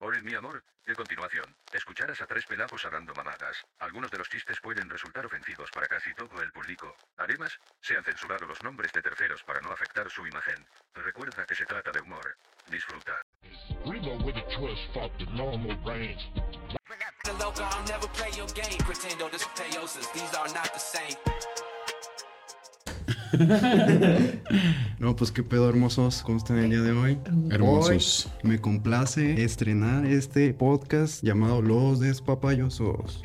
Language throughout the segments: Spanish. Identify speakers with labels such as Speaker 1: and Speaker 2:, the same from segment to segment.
Speaker 1: Alfred, mi amor, de continuación, escucharás a tres pelagos hablando mamadas. Algunos de los chistes pueden resultar ofensivos para casi todo el público. Además, se han censurado los nombres de terceros para no afectar su imagen. Recuerda que se trata de humor. Disfruta.
Speaker 2: Reload with a trust, fuck the normal range.
Speaker 3: The local, I'll never play your game. Pretendo, this is payosis. These are not the same.
Speaker 4: No, pues qué pedo hermosos, ¿cómo están el día de hoy?
Speaker 5: Hermosos.
Speaker 4: Hoy me complace estrenar este podcast llamado Los Despapayosos.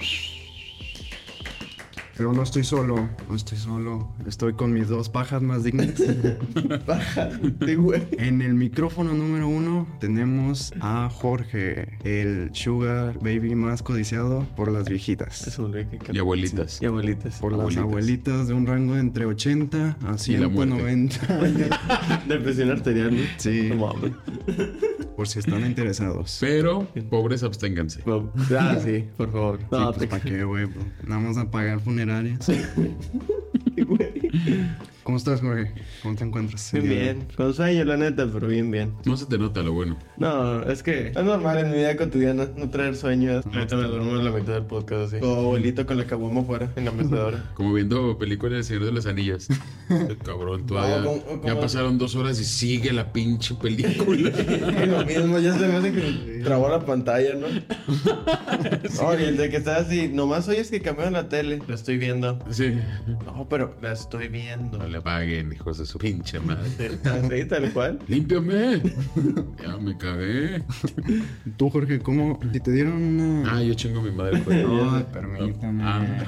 Speaker 4: Pero no estoy solo, no estoy solo. Estoy con mis dos pajas más dignas. En el micrófono número uno tenemos a Jorge, el sugar baby más codiciado por las viejitas.
Speaker 6: Eso lo que
Speaker 5: Y abuelitas.
Speaker 6: Y abuelitas.
Speaker 4: Por las abuelitas de un rango de entre 80 a
Speaker 5: Y la muerte.
Speaker 4: 190 años.
Speaker 6: De presión arterial. ¿no?
Speaker 4: Sí.
Speaker 6: No mames.
Speaker 4: Por si están interesados.
Speaker 5: Pero, pobres, absténganse.
Speaker 6: No. Ah, sí, por favor. No,
Speaker 4: sí, pues,
Speaker 6: te-
Speaker 4: ¿para qué, güey? bro? Nada más a pagar funerarias. ¿Cómo estás, Jorge? ¿Cómo te encuentras? el
Speaker 6: Bien,
Speaker 4: día de hoy?
Speaker 6: bien. Con sueño, la neta, pero bien, bien.
Speaker 5: No se te nota lo bueno.
Speaker 6: No, es que es normal en mi vida cotidiana no traer sueños. Ahorita me duermo en la mitad del podcast así. O abuelito con la caguama afuera en la mecedora.
Speaker 5: Como viendo películas del Señor de las Anillas. Cabrón, todavía.
Speaker 6: No, ¿cómo- cómo?
Speaker 5: Ya pasaron dos horas y sigue la pinche película.
Speaker 6: Y lo mismo, ya se me hace que trabó la pantalla, ¿no? Oh, y el de que está así, nomás oyes que cambiaron la tele. La estoy viendo.
Speaker 5: sí.
Speaker 6: No, pero la estoy viendo.
Speaker 5: No le paguen, hijos de su pinche madre.
Speaker 6: Así, tal cual.
Speaker 5: ¡Límpiame! Ya me cagué.
Speaker 4: Tú, Jorge, ¿cómo? Si te dieron una.
Speaker 5: Ah, yo chingo a mi madre. pues.
Speaker 4: Ay, permítame.
Speaker 5: Ah.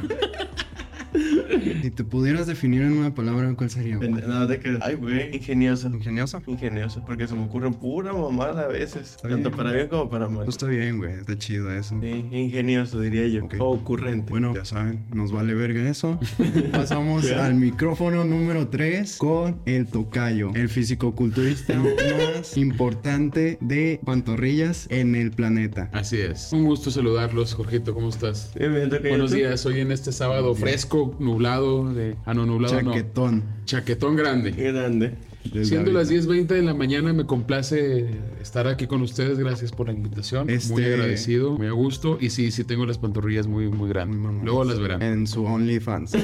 Speaker 4: Si te pudieras definir en una palabra, ¿cuál sería? güey?
Speaker 6: No, te creas. Ay, güey, ingenioso.
Speaker 4: ¿Ingenioso? Pues
Speaker 6: Ingenioso, porque se me ocurren pura mamada a veces.
Speaker 4: bien.
Speaker 6: Tanto para bien como para mal.
Speaker 4: Pues está bien, güey. Está chido eso.
Speaker 6: Sí, ingenioso, diría yo.
Speaker 4: Ok.
Speaker 6: O ocurrente.
Speaker 4: Bueno, ya saben, nos vale verga eso. Pasamos al micrófono número 3 con el tocayo, el fisicoculturista más importante de pantorrillas en el planeta.
Speaker 5: Así es. Un gusto saludarlos, Jorgito, ¿cómo estás?
Speaker 6: Eh, me toca
Speaker 5: Buenos
Speaker 6: ya tú.
Speaker 5: días, hoy en este sábado fresco, nublado. De... Ah, no, nublado no.
Speaker 4: Chaquetón.
Speaker 5: Chaquetón grande.
Speaker 6: Qué grande.
Speaker 4: Desde
Speaker 5: Siendo
Speaker 4: ahorita.
Speaker 5: las 10.20 de la mañana, me complace estar aquí con ustedes. Gracias por la invitación.
Speaker 4: Este-
Speaker 5: Muy agradecido, muy a gusto. Y sí, sí tengo las pantorrillas muy, muy grandes.
Speaker 4: Muy mamón.
Speaker 5: Luego las verán.
Speaker 4: En su OnlyFans.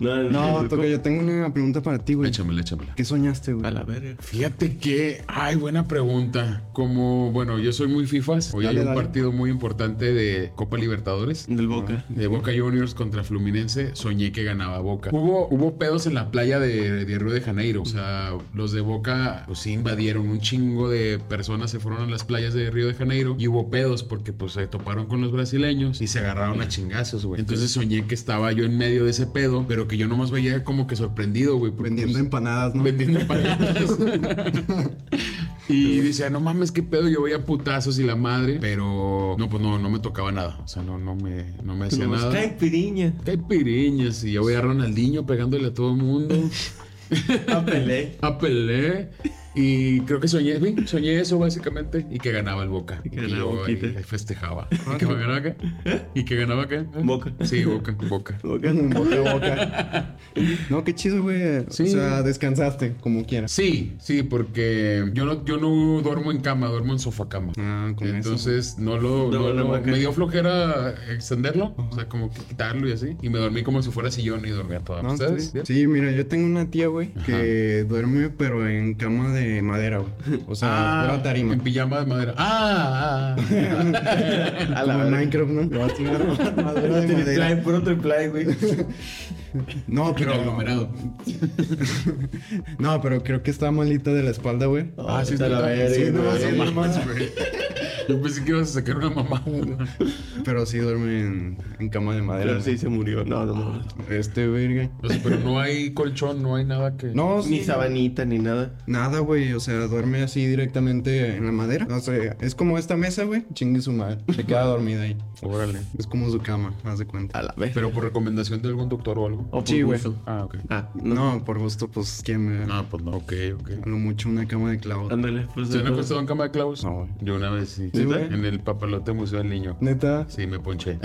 Speaker 6: No,
Speaker 4: No, tocayo, tengo una pregunta para ti, güey.
Speaker 5: Échamela, échamela.
Speaker 4: ¿Qué soñaste,
Speaker 6: A
Speaker 4: güey?
Speaker 6: la verga.
Speaker 5: Fíjate que, ay, buena pregunta. Como, bueno, yo soy muy FIFAs. Hoy
Speaker 4: Dale,
Speaker 5: hay un
Speaker 4: dale.
Speaker 5: partido muy importante de Copa Libertadores.
Speaker 6: Del boca.
Speaker 5: De Boca Juniors contra Fluminense, soñé que ganaba Boca. Hubo, hubo pedos en la playa de, de Río de Janeiro. O sea, los de Boca, pues sí invadieron. Un chingo de personas se fueron a las playas de Río de Janeiro y hubo pedos porque, pues, se toparon con los brasileños y se agarraron a chingazos, güey. Entonces soñé que estaba yo en medio de ese pedo, pero que yo nomás veía como que sorprendido, güey. porque,
Speaker 4: Vendiendo
Speaker 5: pues,
Speaker 4: empanadas, ¿no?
Speaker 5: Vendiendo empanadas. y decía, no mames, qué pedo, yo voy a putazos y la madre. Pero no, pues no, no me tocaba nada. O sea, no, no me, no me hacía
Speaker 6: Nos
Speaker 5: nada.
Speaker 6: trae piriña.
Speaker 5: Qué piriñas. Y yo voy a Ronaldinho pegándole a todo el mundo.
Speaker 6: A Pelé.
Speaker 5: A Pelé. Y creo que soñé, sí, soñé eso básicamente. Y que ganaba el Boca.
Speaker 6: Y que ganaba
Speaker 5: yo
Speaker 6: Boquita. ¿Eh?
Speaker 5: ahí festejaba. ¿Y que ganaba acá? ¿Y que ganaba acá?
Speaker 6: Boca.
Speaker 5: Sí, Boca, Boca.
Speaker 6: Boca.
Speaker 4: Boca a boca. No, qué chido, güey.
Speaker 5: Sí.
Speaker 4: O sea, descansaste como quieras.
Speaker 5: Sí, sí, porque yo no, yo no duermo en cama, duermo en sofacama.
Speaker 4: Ah, con eso.
Speaker 5: Entonces no lo, no
Speaker 6: No, no,
Speaker 5: lo-
Speaker 6: no, acá.
Speaker 5: me dio flojera extenderlo, o sea, como que quitarlo y así. Y me dormí como si fuera sillón y dormía toda.
Speaker 4: No,
Speaker 5: ¿Ustedes?
Speaker 4: sí. Sí, mira, yo tengo una tía, güey, que duerme pero en cama de madera, güey. O sea, pura Ah, tarima.
Speaker 5: Ah, En pijama de madera. Ah, ah, ah.
Speaker 6: A la
Speaker 4: Como en
Speaker 6: verga.
Speaker 4: Minecraft, ¿no? Le va a tirar madera de
Speaker 6: Te trae
Speaker 4: madera.
Speaker 6: puro triple A, güey.
Speaker 4: No,
Speaker 5: Pero
Speaker 4: pero
Speaker 5: aglomerado.
Speaker 4: No, pero creo que está malita de la espalda, güey.
Speaker 5: Ah, sí,
Speaker 6: Vete a la
Speaker 5: está-
Speaker 6: verga,
Speaker 5: sí, no,
Speaker 6: güey.
Speaker 5: sí,
Speaker 4: no
Speaker 5: no
Speaker 4: mames.
Speaker 5: mames, güey. Yo pensé que ibas a sacar una mamá.
Speaker 4: Pero sí duerme en, en cama de madera.
Speaker 6: Pero sí se murió. No, no, no.
Speaker 4: Este verga.
Speaker 5: O sea, pero no hay colchón, no hay nada que.
Speaker 4: No,
Speaker 6: Ni
Speaker 4: sí.
Speaker 6: sabanita ni nada.
Speaker 4: Nada, güey, o sea, duerme así directamente en la madera. No sé, es como esta mesa, güey. Chingue su madre. Se queda dormida ahí.
Speaker 5: Órale.
Speaker 4: Es como su cama, haz de cuenta.
Speaker 6: A la verga.
Speaker 5: Pero por recomendación de algún doctor o algo.
Speaker 6: O por
Speaker 4: Sí, güey.
Speaker 6: gusto.
Speaker 5: Ah, ok.
Speaker 6: Ah,
Speaker 4: No, por gusto, pues, ¿quién me...
Speaker 5: No, pues no, ok, ok.
Speaker 4: A lo mucho una cama de clavos.
Speaker 6: ándale. Pues
Speaker 5: ¿Se han acostado en cama de clavos?
Speaker 4: No, güey.
Speaker 5: Yo una vez sí.
Speaker 4: Sí, güey.
Speaker 5: En el papalote Museo del Niño.
Speaker 4: Neta.
Speaker 5: Sí, me ponché.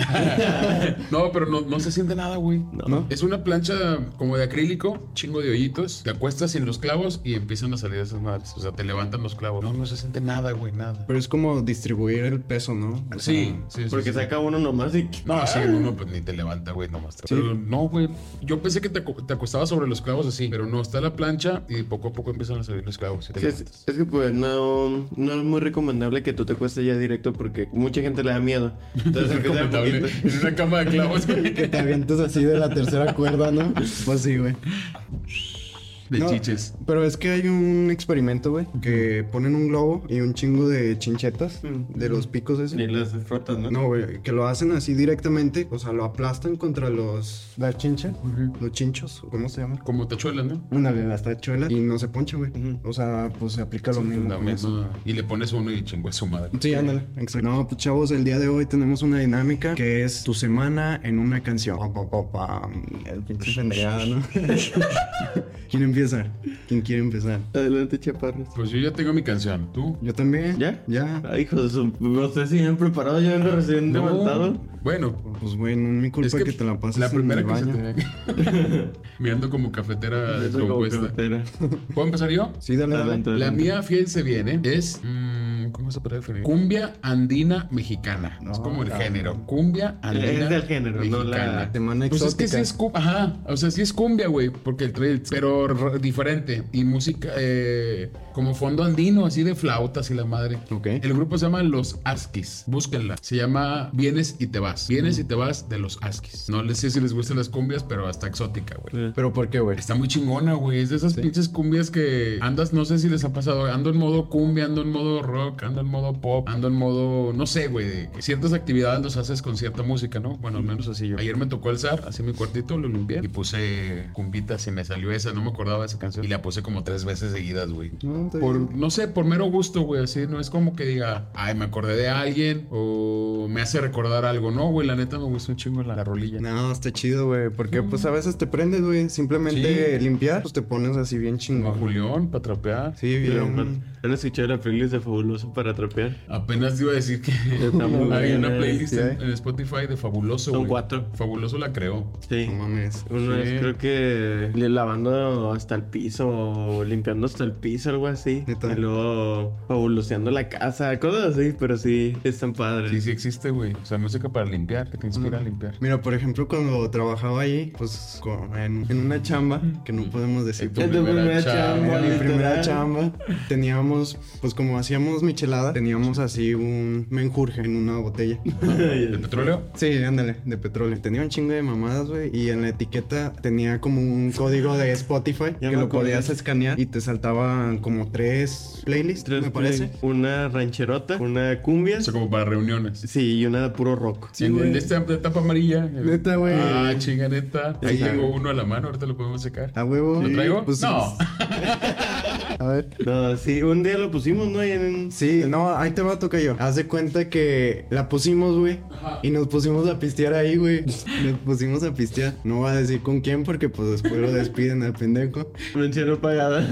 Speaker 5: no, pero no, no se siente nada, güey.
Speaker 4: ¿No?
Speaker 5: Es una plancha como de acrílico, chingo de hoyitos. Te acuestas sin los clavos y empiezan a salir esas madres. O sea, te levantan los clavos. No, no se siente nada, güey, nada.
Speaker 4: Pero es como distribuir el peso, ¿no? O
Speaker 5: Sí,
Speaker 4: sea,
Speaker 5: sí, sí.
Speaker 6: Porque
Speaker 5: sí.
Speaker 6: saca uno nomás y.
Speaker 5: No, sí, uno pues ni te levanta, güey, nomás. te- Pero no, güey. Yo pensé que te, aco- te acostabas sobre los clavos así, pero no, está la plancha y poco a poco empiezan a salir los clavos. y te
Speaker 6: Sí, es,
Speaker 5: levantas.
Speaker 6: es que pues no, no es muy recomendable que tú te cuestes ya directo porque mucha gente le da miedo. Entonces, aunque sea
Speaker 5: Recomendable.
Speaker 6: poquito-
Speaker 5: En una cama de clavos, güey.
Speaker 4: Que te avientas así de la tercera cuerda, ¿no? Pues sí, güey.
Speaker 5: De
Speaker 4: No,
Speaker 5: chiches.
Speaker 4: Pero es que hay un experimento, güey, que ponen un globo y un chingo de chinchetas de los picos esos.
Speaker 6: Ni las frotas, ¿no?
Speaker 4: No, güey, que lo hacen así directamente, o sea, lo aplastan contra los... ¿Las chinchas? Los chinchos, ¿cómo se llama?
Speaker 5: Como tachuelas, ¿no?
Speaker 4: Una de las tachuelas y no se poncha, güey. O sea, pues se aplica lo mismo.
Speaker 5: La
Speaker 4: con eso.
Speaker 5: misma. Y le pones uno y chingó a su madre.
Speaker 4: Sí, ándale. Exacto. No, pues chavos, el día de hoy tenemos una dinámica que es tu semana en una canción. Pa, pa, pa, pam. El pinche pendejada, ¿no? ¿Quién empieza? ¿Quién quiere empezar?
Speaker 6: Adelante, chaparros.
Speaker 5: Pues yo ya tengo mi canción. ¿Tú?
Speaker 4: Yo también.
Speaker 6: ¿Ya?
Speaker 4: Ya.
Speaker 6: Ay, hijo de su. No sé si me han preparado, yo vengo recién
Speaker 5: No.
Speaker 6: levantado.
Speaker 5: Bueno.
Speaker 4: Pues güey, no es mi culpa
Speaker 5: Es
Speaker 4: que,
Speaker 5: que,
Speaker 4: te la pases
Speaker 5: la primera
Speaker 4: en el
Speaker 5: que se
Speaker 4: baño.
Speaker 5: tenía que- Me ando como cafetera
Speaker 6: Yo soy como
Speaker 5: descompuesta.
Speaker 6: carretera.
Speaker 5: ¿Puedo empezar yo?
Speaker 4: Sí, dale, dale.
Speaker 6: Adelante,
Speaker 5: La
Speaker 6: adelante.
Speaker 5: mía, fíjense bien, ¿eh? es. mm, ¿Cómo se puede definir? Cumbia andina mexicana. es como el género. Cumbia andina.
Speaker 6: Es del género, no la
Speaker 4: semana
Speaker 5: Pues es que sí
Speaker 4: exótica.
Speaker 5: es cumbia. Ajá. O sea, sí es cumbia, güey. Porque el trail. Pero r- diferente. Y música. eh, como fondo andino, así de flautas y la madre.
Speaker 4: Ok.
Speaker 5: El grupo se llama Los Askis. Búsquenla. Se llama Vienes y te vas.
Speaker 6: Mm.
Speaker 5: Vienes y te vas de los Askis. No les sé si les gustan las cumbias, pero hasta exótica, güey.
Speaker 4: Pero ¿por qué, güey?
Speaker 5: Está muy chingona, güey. Es de esas pinches cumbias que andas, no sé si les ha pasado. Ando en modo cumbia, ando en modo rock, ando en modo pop, ando en modo, no sé, güey. de que Ciertas actividades los haces con cierta música, ¿no? Bueno, al menos
Speaker 4: pues
Speaker 5: así yo. Ayer me tocó el zar, así mi cuartito, lo limpié y puse cumbitas y me salió esa. No me acordaba de esa canción y la puse como tres veces seguidas, güey.
Speaker 4: No, está
Speaker 5: Por,
Speaker 4: bien.
Speaker 5: no sé, por mero gusto, güey. Así no es como que diga, ay, me acordé de alguien o me hace recordar algo. No, güey, la neta me gusta un chingo la, la rolilla.
Speaker 4: No, está chido, güey. Porque pues a veces te prendes, güey. Simplemente
Speaker 5: Sí.
Speaker 4: limpiar, pues te pones así bien
Speaker 5: Como a
Speaker 4: chingón.
Speaker 5: Julián, para trapear.
Speaker 4: Sí,
Speaker 6: Pero, pues,
Speaker 4: bien.
Speaker 6: ¿Han escuchado la playlist de Fabuloso para trapear?
Speaker 5: Apenas te iba a decir que
Speaker 6: Está muy
Speaker 5: hay
Speaker 6: buena,
Speaker 5: una playlist
Speaker 4: sí,
Speaker 5: en,
Speaker 4: ¿eh?
Speaker 5: en Spotify de Fabuloso.
Speaker 6: Son
Speaker 5: güey.
Speaker 6: cuatro.
Speaker 5: Fabuloso la creó.
Speaker 6: Sí.
Speaker 4: No mames.
Speaker 6: Uno es, creo que le- lavando hasta el piso o limpiando hasta el piso, algo así.
Speaker 4: Neta.
Speaker 6: Y luego fabuloseando la casa, cosas así, pero sí, están padres.
Speaker 5: Sí, sí existe, güey. O sea, música para limpiar, que te inspira a limpiar.
Speaker 4: Mira, por ejemplo, cuando trabajaba ahí, pues con- en, en una chamba, que no podemos decir,
Speaker 5: Tu
Speaker 6: Es tu
Speaker 5: primera
Speaker 6: primera
Speaker 5: chamba,
Speaker 6: chamba,
Speaker 4: Era mi
Speaker 6: literal.
Speaker 4: primera chamba. Teníamos, pues como hacíamos michelada, teníamos así un menjurje en una botella.
Speaker 5: ¿El petróleo?
Speaker 4: Sí, ándale, de petróleo. Tenía un chingo de mamadas, güey. Y en la etiqueta tenía como un código de Spotify
Speaker 6: Ya
Speaker 4: que
Speaker 6: me
Speaker 4: lo
Speaker 6: acordé.
Speaker 4: podías escanear y te saltaban como tres playlists,
Speaker 6: Tres
Speaker 4: me parece.
Speaker 6: play- Una rancherota, una cumbia.
Speaker 5: O sea, como para reuniones.
Speaker 6: Sí, y una de puro rock.
Speaker 5: en, en esta etapa amarilla. el-
Speaker 4: Neta, güey.
Speaker 5: Ah, chinga, neta. Ahí
Speaker 4: Sí.
Speaker 5: tengo uno a la mano, ahorita lo podemos sacar.
Speaker 4: ¿A huevo?
Speaker 5: ¿Lo traigo?
Speaker 4: Pues,
Speaker 5: no.
Speaker 4: A ver.
Speaker 6: No, sí, un día lo pusimos, ¿no? Y en...
Speaker 4: Sí, no, ahí te va a tocar yo. Haz de cuenta que la pusimos, güey. Y nos pusimos a pistear ahí, güey. Nos pusimos a pistear. No voy a decir con quién porque pues después lo despiden al pendejo.
Speaker 6: Mención pagada.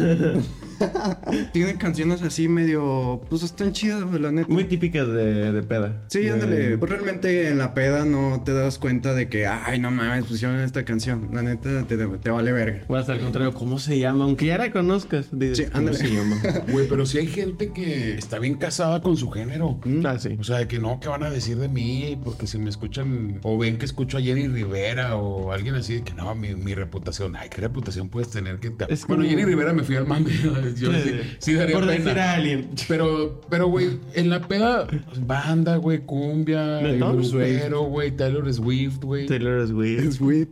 Speaker 4: Tienen canciones así medio... Pues están chidas, güey, la neta.
Speaker 6: Muy típicas de, de peda.
Speaker 4: Sí,
Speaker 6: De-
Speaker 4: ándale. Pues, realmente en la peda no te das cuenta de que, ay, no mames, pusieron esta canción. La neta te, te vale verga.
Speaker 6: O hasta al contrario, Eh, ¿cómo se llama? Aunque ya la conozcas. dices,
Speaker 4: Sí,
Speaker 6: ¿cómo
Speaker 4: ándale.
Speaker 6: se llama?
Speaker 5: Güey, pero sí hay gente que está bien casada con su género.
Speaker 6: Ah, sí.
Speaker 5: O sea, de que no, ¿qué van a decir de mí? Porque si me escuchan o ven que escucho a Jenny Rivera o alguien así, de que no, mi, mi reputación, ay, ¿qué reputación puedes tener? Que te-
Speaker 6: Es
Speaker 5: bueno,
Speaker 6: como-
Speaker 5: Jenny Rivera me fui al mame. Yo sí, sí daría
Speaker 6: Por decir a
Speaker 5: pena.
Speaker 6: alguien.
Speaker 5: Pero, pero, güey, en la peda, banda, güey, cumbia,
Speaker 6: ¿Neta?
Speaker 5: grupero, güey, Taylor Swift, güey.
Speaker 6: Taylor Swift.
Speaker 4: Sweet.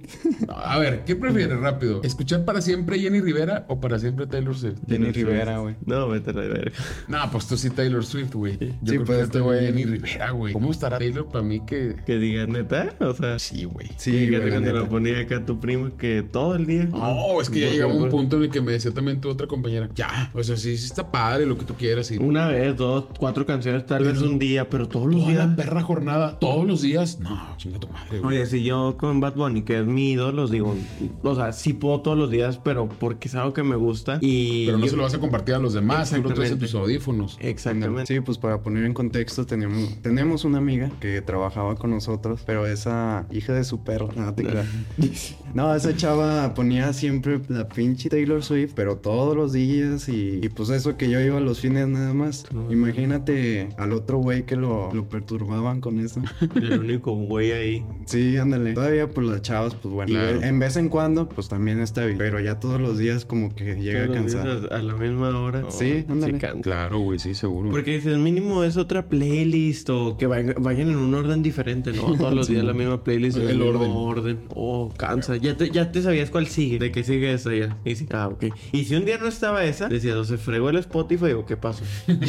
Speaker 5: No, a ver, ¿qué prefieres rápido? ¿Escuchar para siempre Jenny Rivera o para siempre Taylor Swift?
Speaker 4: Jenny Rivera, güey.
Speaker 6: No, vete a la verga.
Speaker 5: No, pues tú sí Taylor Swift, güey. Yo
Speaker 4: Sí,
Speaker 5: creo
Speaker 4: pues,
Speaker 5: que este güey
Speaker 4: también.
Speaker 5: Jenny Rivera, güey. ¿Cómo estará Taylor para mí que
Speaker 6: Que digas, neta, o sea.
Speaker 5: Sí, güey. Ah,
Speaker 4: Sí,
Speaker 6: que
Speaker 4: güey, la
Speaker 6: cuando
Speaker 4: neta.
Speaker 6: la ponía acá tu primo que todo el día.
Speaker 5: No, es que ya llegaba un punto en el que me decía también tu otra compañera. Ya ya. O sea, sí, sí está padre lo que tú quieras. Y
Speaker 6: Una vez, dos, cuatro canciones, tal vez un día, pero todos los
Speaker 5: toda
Speaker 6: días.
Speaker 5: la perra jornada, todos los días. No, chinga tu madre, güey.
Speaker 6: Oye, si yo con Bad Bunny, que es mi ídolo, os digo, o sea, sí puedo todos los días, pero porque es algo que me gusta y...
Speaker 5: Pero no
Speaker 6: yo-
Speaker 5: se lo vas a compartir a los demás, tú lo traes en tus audífonos.
Speaker 6: Exactamente.
Speaker 4: Sí, pues para poner en contexto, tenemos, tenemos una amiga que trabajaba con nosotros, pero esa hija de su perro, no te creas. No, esa chava ponía siempre la pinche Taylor Swift, pero todos los días y, y pues eso que yo iba los fines nada más. Imagínate al otro güey que lo, lo perturbaban con eso.
Speaker 6: El único güey ahí.
Speaker 4: Sí, ándale. Todavía pues las chavas, pues bueno.
Speaker 5: Claro.
Speaker 4: En vez en cuando, pues también está bien, pero ya todos los días como que llega a
Speaker 6: Todos los días
Speaker 4: cansar.
Speaker 6: A, a la misma hora.
Speaker 4: Sí, ándale.
Speaker 6: Oh, cansa.
Speaker 5: Claro, güey, sí, seguro.
Speaker 6: Porque dices, mínimo es otra playlist o que vayan, vayan en un orden diferente, ¿no? Todos los días la misma playlist,
Speaker 5: El
Speaker 6: el, mismo
Speaker 5: orden.
Speaker 6: orden. Oh, cansa. Ya te, ya te sabías cuál sigue, de qué sigue esa ya. Y sí, ah, ok. Y si un día no estaba esa, decías, o se fregó el Spotify o qué pasó.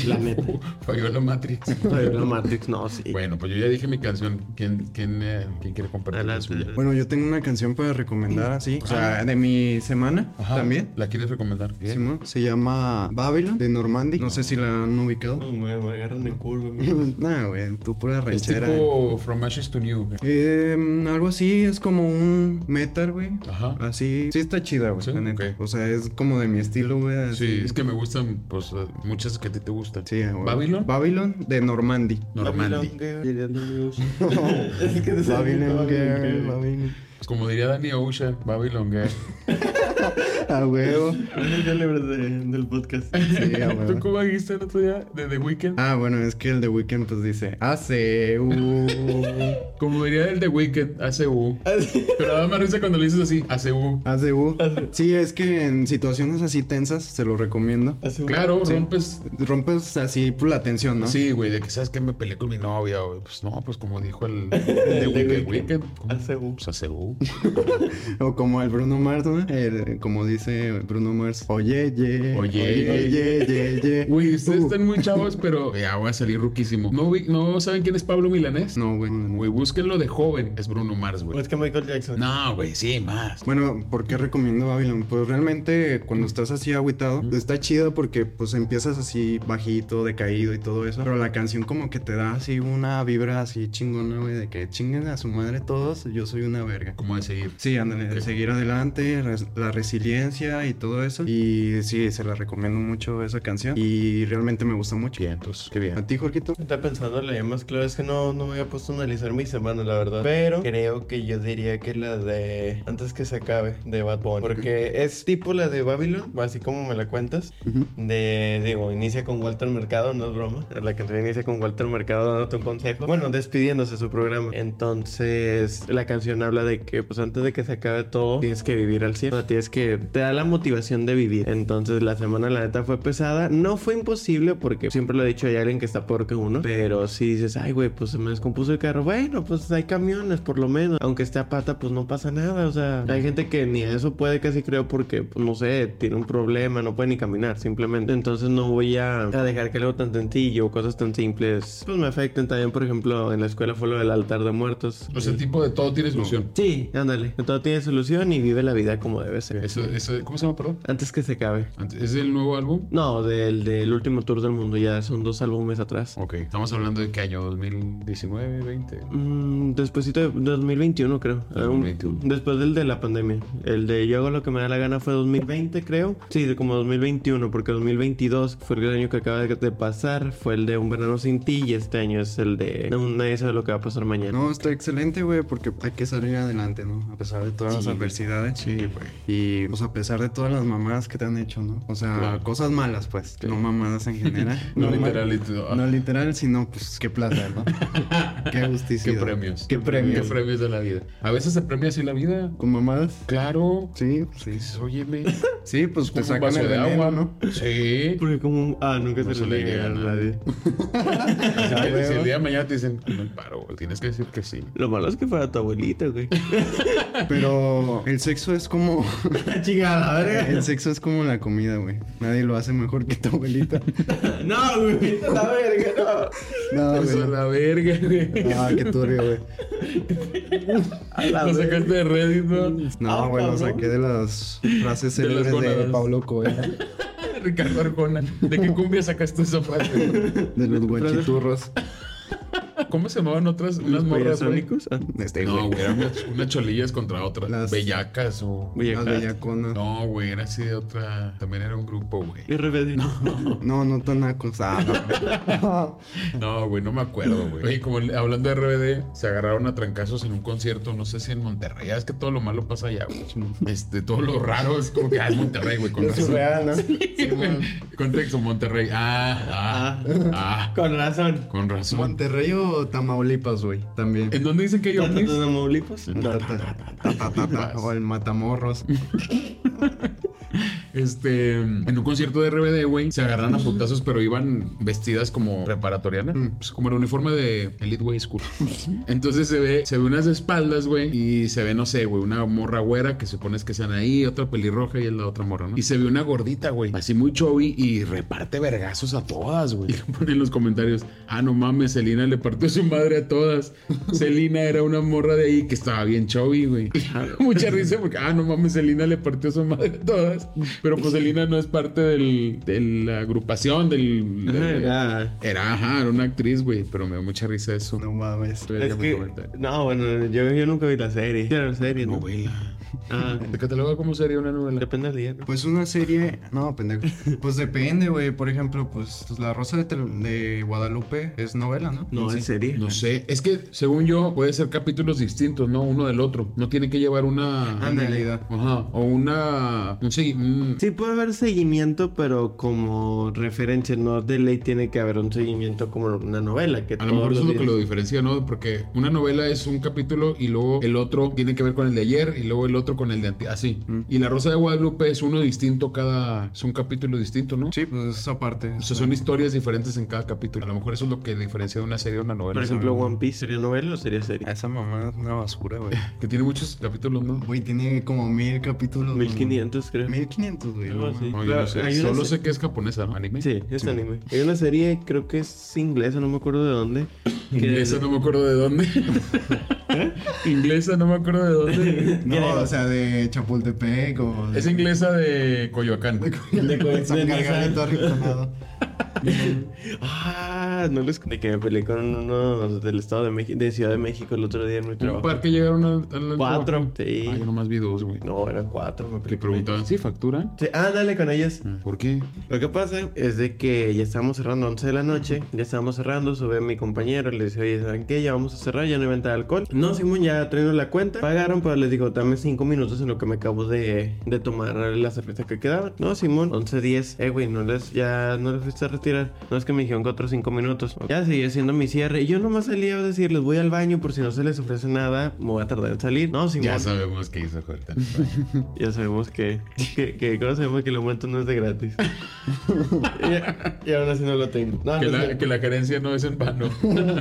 Speaker 6: La neta.
Speaker 5: Falló la Matrix.
Speaker 6: Pero la Matrix, no, sí.
Speaker 5: Bueno, pues yo ya dije mi canción. ¿Quién, quién, eh, quién quiere compartir la
Speaker 6: Adelante.
Speaker 5: suya?
Speaker 4: Bueno, yo tengo una canción para recomendar así, o sea, de mi semana
Speaker 5: Ajá.
Speaker 4: también.
Speaker 5: ¿La quieres recomendar? Bien.
Speaker 4: Simón. Se llama Babylon de Normandy. No sé si la han ubicado.
Speaker 6: Me, me agarran de curva.
Speaker 4: nah, güey, tú pura
Speaker 5: Es
Speaker 4: ranchera.
Speaker 5: tipo From Ashes to New. güey.
Speaker 4: Eh, algo así, es como un metal, güey.
Speaker 5: Ajá.
Speaker 4: Así. Sí está chida, güey,
Speaker 5: Sí,
Speaker 4: la neta.
Speaker 5: ok.
Speaker 4: O sea, es como de mi estilo, güey. así.
Speaker 5: Sí, es que me gustan, pues, muchas que a ti te gustan.
Speaker 4: Sí, güey.
Speaker 5: ¿Babylon?
Speaker 4: Babylon de Normandy.
Speaker 5: Normandy.
Speaker 6: Es que te sale
Speaker 4: Babylon
Speaker 6: Babylon
Speaker 4: Girl,
Speaker 6: Girl.
Speaker 4: Babylon.
Speaker 5: Pues como diría Danny Ocean, Babylon Girl.
Speaker 4: A huevo.
Speaker 6: Es el célebre de- del podcast.
Speaker 4: Sí, a
Speaker 5: ¿Tú
Speaker 4: huevo.
Speaker 5: cómo dijiste el otro día? De The Weeknd.
Speaker 4: Ah, bueno, es que el de Weekend pues dice hace u
Speaker 5: Como diría el The Weeknd, hace U. Pero da más risa cuando lo dices así, hace U.
Speaker 4: hace u. Sí, es que en situaciones así tensas se lo recomiendo.
Speaker 6: Ah,
Speaker 5: Claro, rompes.
Speaker 4: Rompes así por la tensión, ¿no?
Speaker 5: Sí, güey, de que sabes que me peleé con mi novia, güey. Pues no, pues como dijo el The Weeknd. Weeknd, ¿cómo?
Speaker 6: Hace U.
Speaker 5: Pues hace U.
Speaker 4: O como el Bruno Mars, ¿no? El- como dice Bruno Mars, oye, ye,
Speaker 5: Oye,
Speaker 4: oye, ye, ye, ye.
Speaker 5: Güey, ustedes
Speaker 4: Uh,
Speaker 5: están muy chavos, pero ya voy a salir ruquísimo. ¿No, güey, ¿No saben quién es Pablo Milanés?
Speaker 4: No, güey.
Speaker 5: Güey, búsquenlo de joven. Es Bruno Mars,
Speaker 6: O
Speaker 5: güey.
Speaker 6: es que Michael Jackson.
Speaker 5: No, güey, sí, más.
Speaker 4: Bueno, ¿por qué recomiendo Babylon? Pues realmente cuando estás así agüitado, está chido porque pues empiezas así bajito, decaído y todo eso. Pero la canción como que te da así una vibra así chingona, güey, de que chinguen a su madre todos, yo soy una verga.
Speaker 5: ¿Cómo de seguir?
Speaker 4: Sí, ándale, el seguir adelante, res- la resiliencia y todo eso. Y sí, se la recomiendo mucho esa canción. Y realmente me gusta mucho.
Speaker 5: Vientos, qué bien.
Speaker 4: ¿A ti, Jorquito?
Speaker 6: Está pensando la más claro, es que no, no me había puesto a analizar mi semana, la verdad. Pero creo que yo diría que la de Antes que se acabe, de Bad Bunny. Porque es tipo la de Babylon, así como me la cuentas. De, digo, inicia con Walter Mercado, no es broma. La canción inicia con Walter Mercado dándote un consejo. Bueno, despidiéndose de su programa. Entonces, la canción habla de que, pues antes de que se acabe todo, tienes que vivir al 100. O sea, tienes que. Te da la motivación de vivir. Entonces, la semana, la neta, fue pesada. No fue imposible porque siempre lo he dicho, hay alguien que está peor que uno. Pero si dices, ay, güey, pues se me descompuso el carro. Bueno, pues hay camiones, por lo menos. Aunque esté a pata, pues no pasa nada. O sea, hay gente que ni eso puede casi creo porque, pues, no sé, tiene un problema, no puede ni caminar, simplemente. Entonces no voy a, a dejar que algo tan sencillo, cosas tan simples, pues me afecten también. Por ejemplo, en la escuela fue lo del altar de muertos. Eh,
Speaker 5: O sea, tipo de todo tiene solución.
Speaker 6: Sí, ándale. Todo tiene solución y vive la vida como debe ser.
Speaker 5: Eso, eso, ¿Cómo se llama, perdón?
Speaker 6: Antes que se acabe.
Speaker 5: Antes- ¿Es el nuevo álbum?
Speaker 6: No, del, del último tour del mundo, ya son dos álbumes atrás.
Speaker 5: Ok. Estamos hablando de qué año, 2019, 20.
Speaker 6: Mm, despuésito de 2021, creo. Algún-
Speaker 5: 2021.
Speaker 6: Después del de la pandemia. El de yo hago lo que me da la gana fue 2020, creo. Sí, de como 2021, porque 2022 fue el año que acaba de- de pasar. Fue el de Un verano sin ti y este año es el de no, nadie sabe lo que va a pasar mañana.
Speaker 4: No, está excelente, güey, porque hay que salir adelante, ¿no? A pesar de todas las adversidades.
Speaker 5: Sí, güey.
Speaker 4: Y, pues, a pesar de todas las mamadas que te han hecho, ¿no? O sea,
Speaker 5: Claro.
Speaker 4: cosas malas, pues. No mamadas en general.
Speaker 5: No,
Speaker 4: ma-
Speaker 5: literal y todo.
Speaker 4: No literal, sino, pues, qué placer, ¿no? qué justicia.
Speaker 5: Qué premios.
Speaker 4: Qué
Speaker 5: Qué
Speaker 4: premios.
Speaker 5: premios de la vida. A veces se premia así la vida.
Speaker 4: ¿Con mamadas?
Speaker 5: Claro.
Speaker 4: Sí, sí.
Speaker 5: Dices, Óyeme.
Speaker 4: Sí, pues, te
Speaker 5: como un
Speaker 4: sacan
Speaker 5: vaso
Speaker 4: el
Speaker 5: de
Speaker 4: veneno,
Speaker 5: agua,
Speaker 4: ¿no?
Speaker 5: Sí.
Speaker 6: Porque como... Ah, nunca
Speaker 5: No
Speaker 6: se,
Speaker 5: se
Speaker 6: le
Speaker 5: le
Speaker 6: llega a
Speaker 5: llega a
Speaker 6: nadie.
Speaker 5: Si
Speaker 4: Ah,
Speaker 5: el- pues, si el
Speaker 4: huevo.
Speaker 5: día de mañana te dicen, no el paro, güey, tienes que decir que sí.
Speaker 6: Lo malo es que fuera tu abuelita, güey.
Speaker 4: Pero el sexo es como...
Speaker 6: Chingada,
Speaker 4: el sexo es como la comida, güey. Nadie lo hace mejor que tu abuelita.
Speaker 6: No, güey, la verga,
Speaker 4: No,
Speaker 5: Eso es
Speaker 4: güey.
Speaker 5: la verga, güey.
Speaker 4: Ah, qué turbio, güey.
Speaker 5: Lo sacaste de Reddit, ¿no?
Speaker 4: No,
Speaker 6: Ah,
Speaker 4: güey, lo
Speaker 6: cabrón.
Speaker 4: saqué de las frases
Speaker 5: De las
Speaker 4: célebres de
Speaker 5: gónadas.
Speaker 4: Pablo Coelho.
Speaker 5: Ricardo Arjona. ¿De qué cumbia sacaste esa frase?
Speaker 4: De los guachiturros.
Speaker 5: ¿Cómo se llamaban otras? Unas morras, güey.
Speaker 6: payasónicos? Ah,
Speaker 4: Este,
Speaker 5: No,
Speaker 4: güey.
Speaker 5: güey, eran unas, unas cholillas contra otras.
Speaker 4: Las-
Speaker 5: Bellacas o...
Speaker 4: Las
Speaker 6: Viejas.
Speaker 4: bellaconas.
Speaker 5: No, güey, era así de otra... También era un grupo, güey.
Speaker 6: RBD.
Speaker 4: No, no tan acosada.
Speaker 5: No, güey, no me acuerdo, güey. Oye, como le- hablando de RBD, se agarraron a trancazos en un concierto, no sé si en Monterrey. Ya es que todo lo malo pasa allá, güey. Este, todo lo raro es como que ah, en Monterrey, güey. Con
Speaker 6: Es
Speaker 5: razón.
Speaker 6: surreal, ¿no?
Speaker 5: Sí, güey. Contexto, Monterrey. Ah, ah, ah.
Speaker 6: Con razón.
Speaker 5: Con razón.
Speaker 4: Monterrey o Tamaulipas, güey. También.
Speaker 5: ¿En dónde dicen que hay ovnis?
Speaker 6: ¿Tamaulipas?
Speaker 4: Ta, ta, ta, ta, ta, ta, O el Matamorros.
Speaker 5: Este, en un concierto de RBD, güey, se agarran a putazos, pero iban vestidas como preparatoriana, pues, como el uniforme de Elite Way School. Entonces se ve, se ve unas espaldas, güey, y se ve, no sé, güey, una morra güera que supones que sean ahí, otra pelirroja y es la otra morra, ¿no? Y se ve una gordita, güey, así muy chovy y reparte vergazos a todas, güey. Y le ponen en los comentarios, ah, no mames, Celina le partió su madre a todas. Celina era una morra de ahí que estaba bien chovy, güey. Mucha risa porque, ah, no mames, Celina le partió su madre a todas. Pero pues Celina no es parte del, de la agrupación, del... del-
Speaker 6: Ah,
Speaker 5: era, ajá, era una actriz, güey, pero me da mucha risa eso.
Speaker 4: No mames.
Speaker 6: Es que, no, bueno, yo, yo nunca vi la serie. Era la serie, ¿no?
Speaker 5: Novela.
Speaker 6: Ah,
Speaker 5: ¿Te cataloga cómo sería una novela?
Speaker 6: depende del día, ¿no?
Speaker 4: Pues una serie. No, pendejo. Pues depende, güey. Por ejemplo, pues, pues, La Rosa de, Tel- de Guadalupe es novela, ¿no?
Speaker 6: No, es serie.
Speaker 5: No sé, es que según yo puede ser capítulos distintos, ¿no? Uno del otro. No tiene que llevar una...
Speaker 4: Ándale.
Speaker 5: Ajá, o una... Un segui- un-
Speaker 6: Sí puede haber seguimiento, pero como referencia, no de ley tiene que haber un seguimiento como una novela. Que
Speaker 5: A lo
Speaker 6: todos
Speaker 5: mejor eso es
Speaker 6: los
Speaker 5: lo que lo
Speaker 6: días-
Speaker 5: diferencia, ¿no? Porque una novela es un capítulo y luego el otro tiene que ver con el de ayer y luego el otro con el de ante... Así.
Speaker 6: Mm.
Speaker 5: Y La Rosa de Guadalupe es uno distinto cada... Es un capítulo distinto, ¿no?
Speaker 4: Sí, pues esa parte.
Speaker 5: O sea, son historias diferentes en cada capítulo. A lo mejor eso es lo que diferencia de una serie a una novela.
Speaker 6: Por ejemplo, One Piece sería novela o sería serie.
Speaker 5: Ah,
Speaker 4: Esa mamá es una basura, güey.
Speaker 5: Que tiene muchos capítulos, ¿no?
Speaker 4: Güey, tiene como mil capítulos.
Speaker 6: 1500, creo.
Speaker 4: 1500, güey.
Speaker 6: Algo
Speaker 4: no
Speaker 6: así.
Speaker 4: mames.
Speaker 5: No, yo
Speaker 6: Claro,
Speaker 5: no sé.
Speaker 6: hay una
Speaker 5: Solo
Speaker 6: se-
Speaker 5: sé que es japonesa, ¿no? ¿Anime?
Speaker 6: Sí, es anime. Hay una serie, creo que es inglesa, no me acuerdo de dónde. que-
Speaker 5: Inglesa no me acuerdo de dónde. Inglesa no me acuerdo de dónde.
Speaker 4: No, o sea, de Chapultepec o.
Speaker 5: Es inglesa de Coyoacán.
Speaker 4: De,
Speaker 6: de
Speaker 4: San Gargamel
Speaker 6: Nazar.
Speaker 4: Torrijón.
Speaker 6: Ah, no les conté que me peleé con uno del Estado de México, de Ciudad de México el otro día en mi
Speaker 5: Un
Speaker 6: trabajo.
Speaker 5: par que llegaron al... al- al-
Speaker 6: Cuatro. Sí.
Speaker 5: Ah, yo nomás vi dos, güey.
Speaker 6: No, eran cuatro, me peleé
Speaker 5: Le
Speaker 6: con ellos.
Speaker 5: preguntaban, ¿sí factura?
Speaker 6: Sí, ah, dale con ellas.
Speaker 5: ¿Por qué?
Speaker 6: Lo que pasa es de que ya estábamos cerrando 11 de la noche, ya estábamos cerrando, sube mi compañero, le dice, oye, ¿saben qué? Ya vamos a cerrar, ya no hay venta de alcohol. No, Simón, ya trajeron la cuenta, pagaron, pero les digo, dame 5 minutos en lo que me acabo de, de tomar la cerveza que quedaba. No, Simón, 11.10, eh, güey, no les, ya no les fuiste a retirar. No, es que me dijeron que otros 5 minutos. Ya seguí haciendo mi cierre y yo nomás salía a decirles, voy al baño por si no se les ofrece nada, me voy a tardar en salir. No, Simón.
Speaker 5: Ya sabemos que hizo corta.
Speaker 6: Ya sabemos que, que, que ¿cómo sabemos que el aumento no es de gratis. y, y aún así no lo tengo. No,
Speaker 5: que,
Speaker 6: no
Speaker 5: la,
Speaker 6: sé.
Speaker 5: que la carencia no es en vano.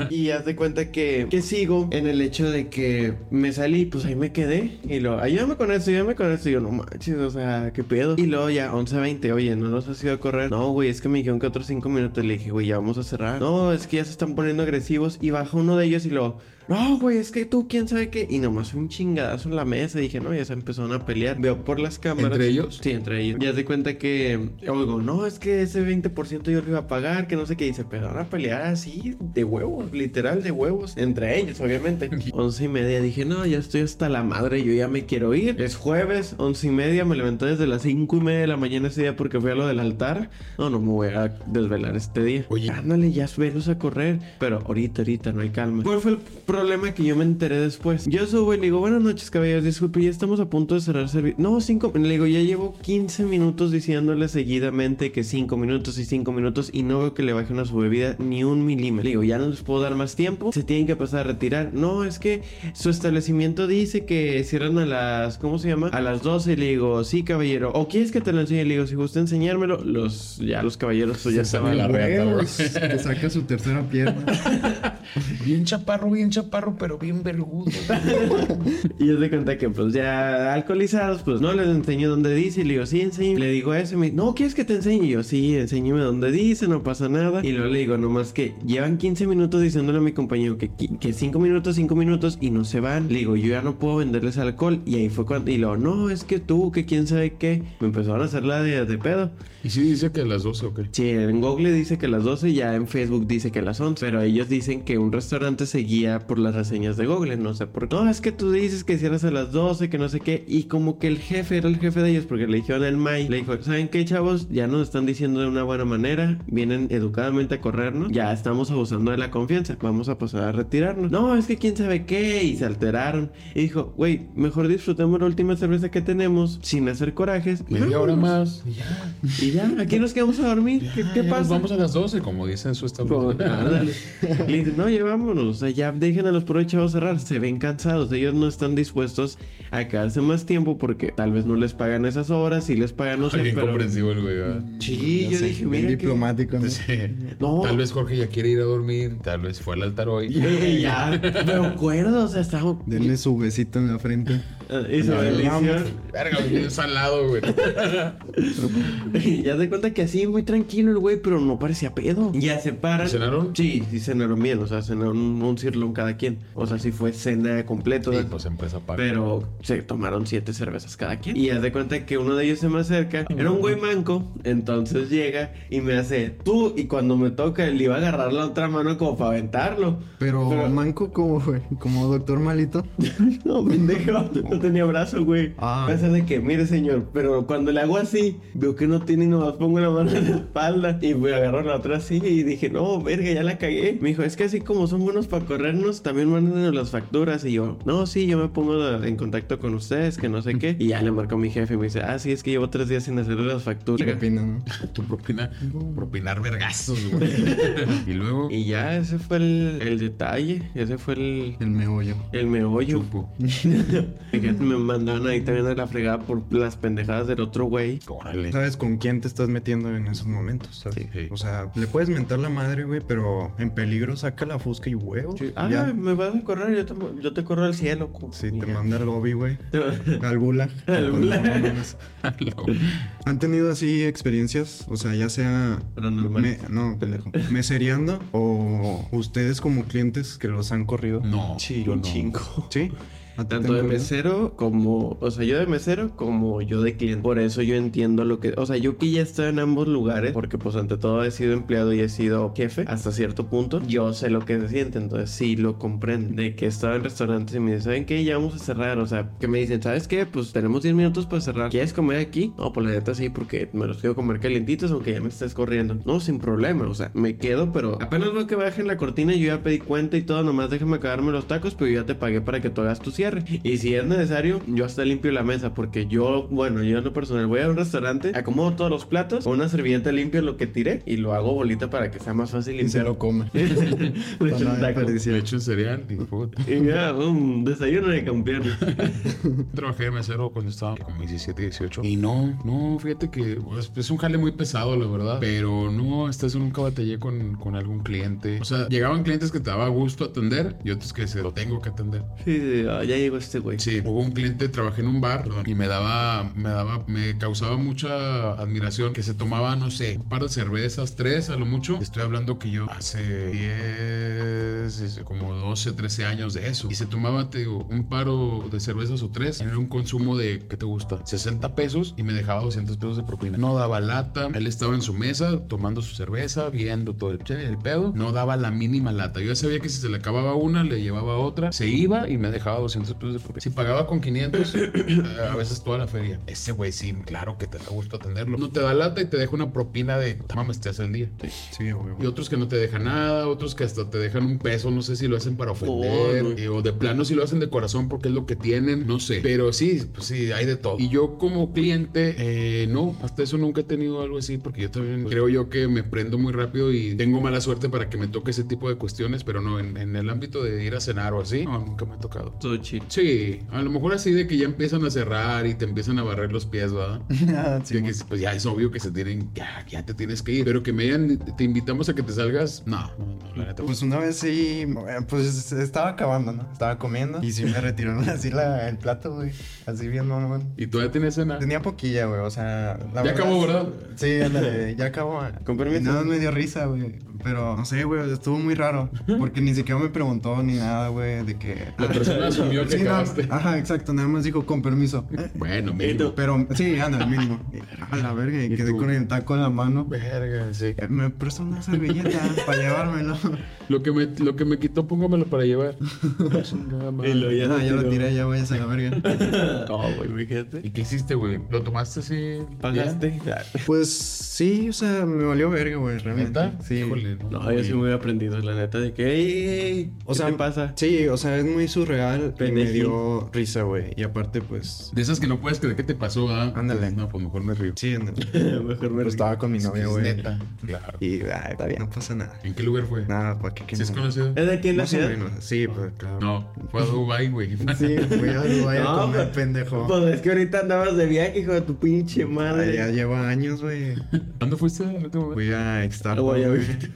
Speaker 6: Y haz de cuenta que, que sigo en el hecho de que me salí, pues ahí me quedé. Y lo, ayúdame con esto, ayúdame con esto. Y yo, no manches, o sea, qué pedo. Y luego ya, 11.20, oye, no nos has ido a correr. No, güey, es que me dijeron que otros 5 minutos. Le dije, güey, ya vamos a cerrar. No, es que ya se están poniendo agresivos. Y baja uno de ellos y lo, no, güey, es que tú, quién sabe qué. Y nomás un chingadazo en la mesa. Dije, no, ya se empezaron a pelear. Veo por las cámaras.
Speaker 5: ¿Entre ellos?
Speaker 6: Sí, entre ellos. Ya de cuenta que oigo, no, es que ese 20% yo lo iba a pagar, que no sé qué. Y se empezaron a pelear así, de huevos, literal de huevos. Entre ellos, obviamente. Once y media dije, no, ya estoy hasta la madre, yo ya me quiero ir. Es jueves, once y media, me levanté desde las cinco y media de la mañana ese día porque fui a lo del altar. No, no me voy a desvelar este día.
Speaker 5: Oye.
Speaker 6: Ándale, ya venos a correr. Pero ahorita, ahorita, no hay calma. ¿Cuál fue el problema que yo me enteré después? Yo subo y le digo, buenas noches, caballeros. Disculpe, ya estamos a punto de cerrar servicio. No, cinco. Le digo, ya llevo 15 minutos diciéndole seguidamente que cinco minutos y cinco minutos y no veo que le bajen a su bebida ni un milímetro. Le digo, ya no les puedo dar más tiempo. Se tienen que pasar a retirar. No, es que su establecimiento dice que cierran a las, ¿cómo se llama? A las 12. Le digo, sí, caballero. ¿O quieres que te lo enseñe? Le digo, si gusta enseñármelo. Los, ya los caballeros pues, ya
Speaker 5: Se
Speaker 6: estaban
Speaker 5: sale la reta,
Speaker 4: Huevos, Que saca su tercera pierna.
Speaker 5: Bien chaparro, bien chaparro, pero bien vergudo.
Speaker 6: Y yo te conté que, pues ya alcoholizados, pues no les enseñé dónde dice. Y le digo, sí, enséñame. Le digo eso. Y me dice, no, ¿quieres que te enseñe? Y yo, sí, enséñame dónde dice, no pasa nada. Y luego le digo, nomás que llevan 15 minutos diciéndole a mi compañero que, qui- que 5 minutos, 5 minutos y no se van. Le digo, yo ya no puedo venderles alcohol. Y ahí fue cuando. Y luego, no, es que tú, que quién sabe qué. Me empezaron a hacer la de, de pedo.
Speaker 5: ¿Y si dice que a las 12 o qué?
Speaker 6: Sí, en Google dice que a las 12, ya en Facebook dice que a las 11, pero ellos dicen que un restaurante se guía por las reseñas de Google, no sé por qué. No, es que tú dices que cierras a las 12, que no sé qué, y como que el jefe era el jefe de ellos, porque le dijeron al Mai, le dijo, ¿saben qué, chavos? Ya nos están diciendo de una buena manera, vienen educadamente a corrernos, ya estamos abusando de la confianza, vamos a pasar a retirarnos. No, es que quién sabe qué, y se alteraron. Y dijo, güey, mejor disfrutemos la última cerveza que tenemos, sin hacer corajes. y
Speaker 5: Media hora más.
Speaker 6: vámonos".
Speaker 5: Y ya.
Speaker 6: Y ya, aquí nos quedamos a dormir. ¿Qué,
Speaker 5: Ya,
Speaker 6: qué
Speaker 5: ya nos
Speaker 6: pasa?
Speaker 5: Vamos a las 12, como dicen su
Speaker 6: Por-
Speaker 5: establecimiento.
Speaker 6: ándale. Le dicen, no, ya vámonos, o sea, ya dejen a los pobres chavos cerrar, se ven cansados, ellos no están dispuestos a quedarse más tiempo porque tal vez no les pagan esas horas, si les pagan, no sé,
Speaker 5: Ay, bien
Speaker 6: pero...
Speaker 5: comprensivo el güey. ¿verdad?
Speaker 6: Sí, yo
Speaker 4: Sí,
Speaker 6: dije,
Speaker 4: bien
Speaker 6: mira que...
Speaker 4: diplomático, ¿no?
Speaker 5: Sí.
Speaker 6: No.
Speaker 5: Tal vez Jorge ya quiere ir a dormir, tal vez fue al altar hoy.
Speaker 6: Eh, ya, pero acuerdo, o sea, está...
Speaker 4: Denle su besito en la frente.
Speaker 6: Y se
Speaker 4: No,
Speaker 6: delició.
Speaker 5: Verga, bien salado, güey.
Speaker 6: ya te cuenta que así, muy tranquilo el güey, pero no parecía pedo. Ya se paran.
Speaker 5: ¿Cenaron?
Speaker 6: Sí, sí cenaron bien, o sea, cenaron un, un sirloin cada quien. O sea, sí fue cena completo.
Speaker 5: Y pues empieza a pagar.
Speaker 6: Pero se tomaron siete cervezas cada quien. Y haz de cuenta que uno de ellos se me acerca. Era un güey manco. Entonces llega y me hace tú. Y cuando me toca, le iba a agarrar la otra mano como para aventarlo.
Speaker 4: Pero, Manco, como fue? Como doctor malito.
Speaker 6: No, pendejo. No tenía brazo, güey.
Speaker 4: Ah.
Speaker 6: Pasa de que, mire, señor. Pero cuando le hago así, veo que no tiene y nomás pongo la mano en la espalda. Y me agarró la otra así. Y dije, no, verga, ya la cagué. Me dijo, es que así como son buenos para corrernos, también mandan las facturas. Y yo, no, sí, yo me pongo la- en contacto con ustedes, que no sé qué. Y ya le marcó mi jefe y me dice, ah, sí, es que llevo tres días sin hacer las
Speaker 4: ¿Qué
Speaker 6: facturas.
Speaker 4: opinan, no?
Speaker 5: Tu propina, propinar vergazos, güey. y luego,
Speaker 6: Y ya, ese fue el, el detalle. Ese fue el,
Speaker 4: El meollo.
Speaker 6: el meollo.
Speaker 5: chupo.
Speaker 6: Fíjate, me mandaron ahí también a la fregada por las pendejadas del otro güey.
Speaker 5: Órale.
Speaker 4: Sabes con quién te estás metiendo en esos momentos, ¿sabes?
Speaker 5: Sí, sí.
Speaker 4: O sea, le puedes mentar la madre, güey, pero en peligro saca la fusca y huevo.
Speaker 6: Ah,
Speaker 4: ya.
Speaker 6: me vas a correr, yo te, yo te corro al cielo. cu-
Speaker 4: Sí,
Speaker 6: y
Speaker 4: te
Speaker 6: ya.
Speaker 4: manda al lobby, güey. Al gula.
Speaker 6: Al gulag.
Speaker 4: No, no, no, no. ¿Han tenido así experiencias? O sea, ya sea... me-
Speaker 6: Paranormal.
Speaker 4: no, pendejo. Meseriando o ustedes como clientes que los han corrido.
Speaker 5: No,
Speaker 6: Sí,
Speaker 5: yo
Speaker 6: un
Speaker 5: no.
Speaker 6: chingo.
Speaker 4: ¿Sí? ¿A ti te han
Speaker 6: Tanto de
Speaker 4: corrido?
Speaker 6: mesero como, o sea, yo de mesero como yo de cliente. Por eso yo entiendo lo que, o sea, yo que ya estoy en ambos lugares, porque pues ante todo he sido empleado y he sido jefe hasta cierto punto, yo sé lo que se siente, entonces sí lo comprendo. De que estaba en restaurantes y me dicen, ¿saben qué? Ya vamos a cerrar, o sea, que me dicen, ¿sabes qué? Pues tenemos 10 minutos para cerrar. ¿Quieres comer aquí? No, pues la neta sí, porque me los quiero comer calientitos, aunque ya me estés corriendo. No, sin problema, o sea, me quedo, pero apenas veo que bajen la cortina, yo ya pedí cuenta y todo, nomás déjame acabarme los tacos, pero yo ya te pagué para que tú hagas tu cierre. Y si es necesario, yo hasta limpio la mesa, porque yo, bueno, yo en lo personal voy a un restaurante, acomodo todos los platos, con una servilleta limpio lo que tiré y lo hago bolita para que sea más fácil
Speaker 4: Y se
Speaker 6: limpiar.
Speaker 4: lo come.
Speaker 6: Me echo
Speaker 4: Para
Speaker 6: un
Speaker 4: no
Speaker 6: taco.
Speaker 5: De
Speaker 4: desperdiciar.
Speaker 5: hecho, en cereal. y puta.
Speaker 6: Y ya, un desayuno de campeones.
Speaker 5: Trabajé de mesero cuando estaba como 17, 18. Y no, no, fíjate que pues, es un jale muy pesado, la verdad. Pero no, hasta eso nunca batallé con, con algún cliente. O sea, llegaban clientes que te daba gusto atender y otros que se lo tengo que atender.
Speaker 6: Sí, sí, ah, ya llegó este güey.
Speaker 5: Sí, hubo un cliente, trabajé en un bar perdón, y me daba, me daba, me causaba mucha admiración que se tomaba, no sé, un par de cervezas, tres a lo mucho. Estoy hablando que yo hace 10, es- como 12, 13 años de eso. Y se tomaba, te digo, un paro de cervezas o tres. Era un consumo de, ¿qué te gusta? 60 pesos y me dejaba 200 pesos de propina. No daba lata, él estaba en su mesa tomando su cerveza, viendo todo el, che, el pedo. No daba la mínima lata. Yo ya sabía que si se le acababa una, le llevaba otra, se iba y me dejaba 200 pesos de propina. Si pagaba con 500, eh, a veces toda la feria. Ese güey sí, claro que te da gusto atenderlo. No te da lata y te deja una propina de, mames, te hace el día.
Speaker 4: Sí, güey.
Speaker 5: Y otros que no te dejan nada, otros que hasta te dejan un peso, no sé si lo hacen para ofender,
Speaker 6: Oh, no.
Speaker 5: eh, o de plano si lo hacen de corazón porque es lo que tienen, no sé. Pero sí, pues sí, hay de todo. Y yo como cliente, eh, no, hasta eso nunca he tenido algo así, porque yo también pues, creo yo que me prendo muy rápido y tengo mala suerte para que me toque ese tipo de cuestiones, pero no, en, en el ámbito de ir a cenar o así, no, nunca me ha tocado.
Speaker 6: Todo
Speaker 4: chill.
Speaker 5: Sí, a lo mejor así de que ya empiezan a cerrar y te empiezan a barrer los pies, ¿verdad?
Speaker 4: Ah,
Speaker 5: Sí,
Speaker 4: Simón.
Speaker 5: que pues ya es obvio que se tienen, ya, ya te tienes que ir. Pero que me digan, te invitamos a que te salgas. No, no, no, la neta.
Speaker 4: Pues una vez sí, eh, pues estaba acabando, ¿no? Estaba comiendo y sí me retiraron así la, el plato, güey. Así bien, no,
Speaker 5: Y todavía tienes cena.
Speaker 4: Tenía poquilla, güey, o sea... la
Speaker 5: Ya acabó, ¿verdad?
Speaker 4: Sí, ándale, ya acabó.
Speaker 6: Con permiso.
Speaker 4: Y Nada más me dio risa, güey. Pero no sé, güey, estuvo muy raro. Porque ni siquiera me preguntó ni nada, güey, de que...
Speaker 5: La persona asumió que
Speaker 4: Sí, nada-
Speaker 5: acabaste.
Speaker 4: ajá, exacto, nada más dijo con permiso. Eh,
Speaker 5: Bueno,
Speaker 6: ¿Y
Speaker 5: mínimo.
Speaker 6: tú?
Speaker 4: Pero sí, anda, mínimo. A la verga, y quedé con el taco en la mano.
Speaker 5: Verga, sí.
Speaker 4: Eh, Me prestó una servilleta para llevármelo.
Speaker 5: Lo que me, lo que me quitó, póngamelo para llevar. Chingada madre.
Speaker 6: Y lo ya,
Speaker 4: Ah, ya lo
Speaker 6: tiró.
Speaker 4: tiré, ya voy a la verga.
Speaker 6: No, güey, fíjate.
Speaker 5: ¿Y qué hiciste, güey? ¿Lo tomaste así?
Speaker 6: ¿Pagaste? Ah,
Speaker 4: Pues sí, o sea, me valió verga, güey, realmente.
Speaker 5: ¿Neta?
Speaker 4: Sí.
Speaker 5: Híjole, no.
Speaker 6: No, yo sí me he aprendido, la neta, de que, ey, ey,
Speaker 4: O sea,
Speaker 6: ¿qué te pasa?
Speaker 4: Sí, o sea, es muy surreal. Y me
Speaker 6: Pendejín.
Speaker 4: dio risa, güey. Y aparte, pues.
Speaker 5: De esas que no puedes creer que te pasó, ¿verdad?
Speaker 4: Ándale.
Speaker 5: No, pues mejor me río.
Speaker 4: Sí, no.
Speaker 6: Mejor me
Speaker 4: Pero
Speaker 6: río.
Speaker 4: estaba con mi novia,
Speaker 5: Es
Speaker 4: güey.
Speaker 5: neta. Claro.
Speaker 4: Y ah, está bien, no pasa nada.
Speaker 5: ¿En qué lugar fue?
Speaker 4: Nada, ¿para qué? qué
Speaker 5: ¿Sí es
Speaker 4: no?
Speaker 5: conocido?
Speaker 6: ¿Es de aquí en la
Speaker 4: Más o
Speaker 6: ciudad?
Speaker 4: menos, Sí, pues claro.
Speaker 5: No, fue a Dubai, güey.
Speaker 4: Sí, voy a Dubái a
Speaker 6: No,
Speaker 4: comer,
Speaker 6: pues-
Speaker 4: pendejo.
Speaker 6: Pues es que ahorita andabas de viaje, hijo de tu pinche madre.
Speaker 4: Ya lleva años, güey.
Speaker 5: ¿Dónde fuiste? al último momento?
Speaker 4: Voy a Extar.
Speaker 6: A Guayabito.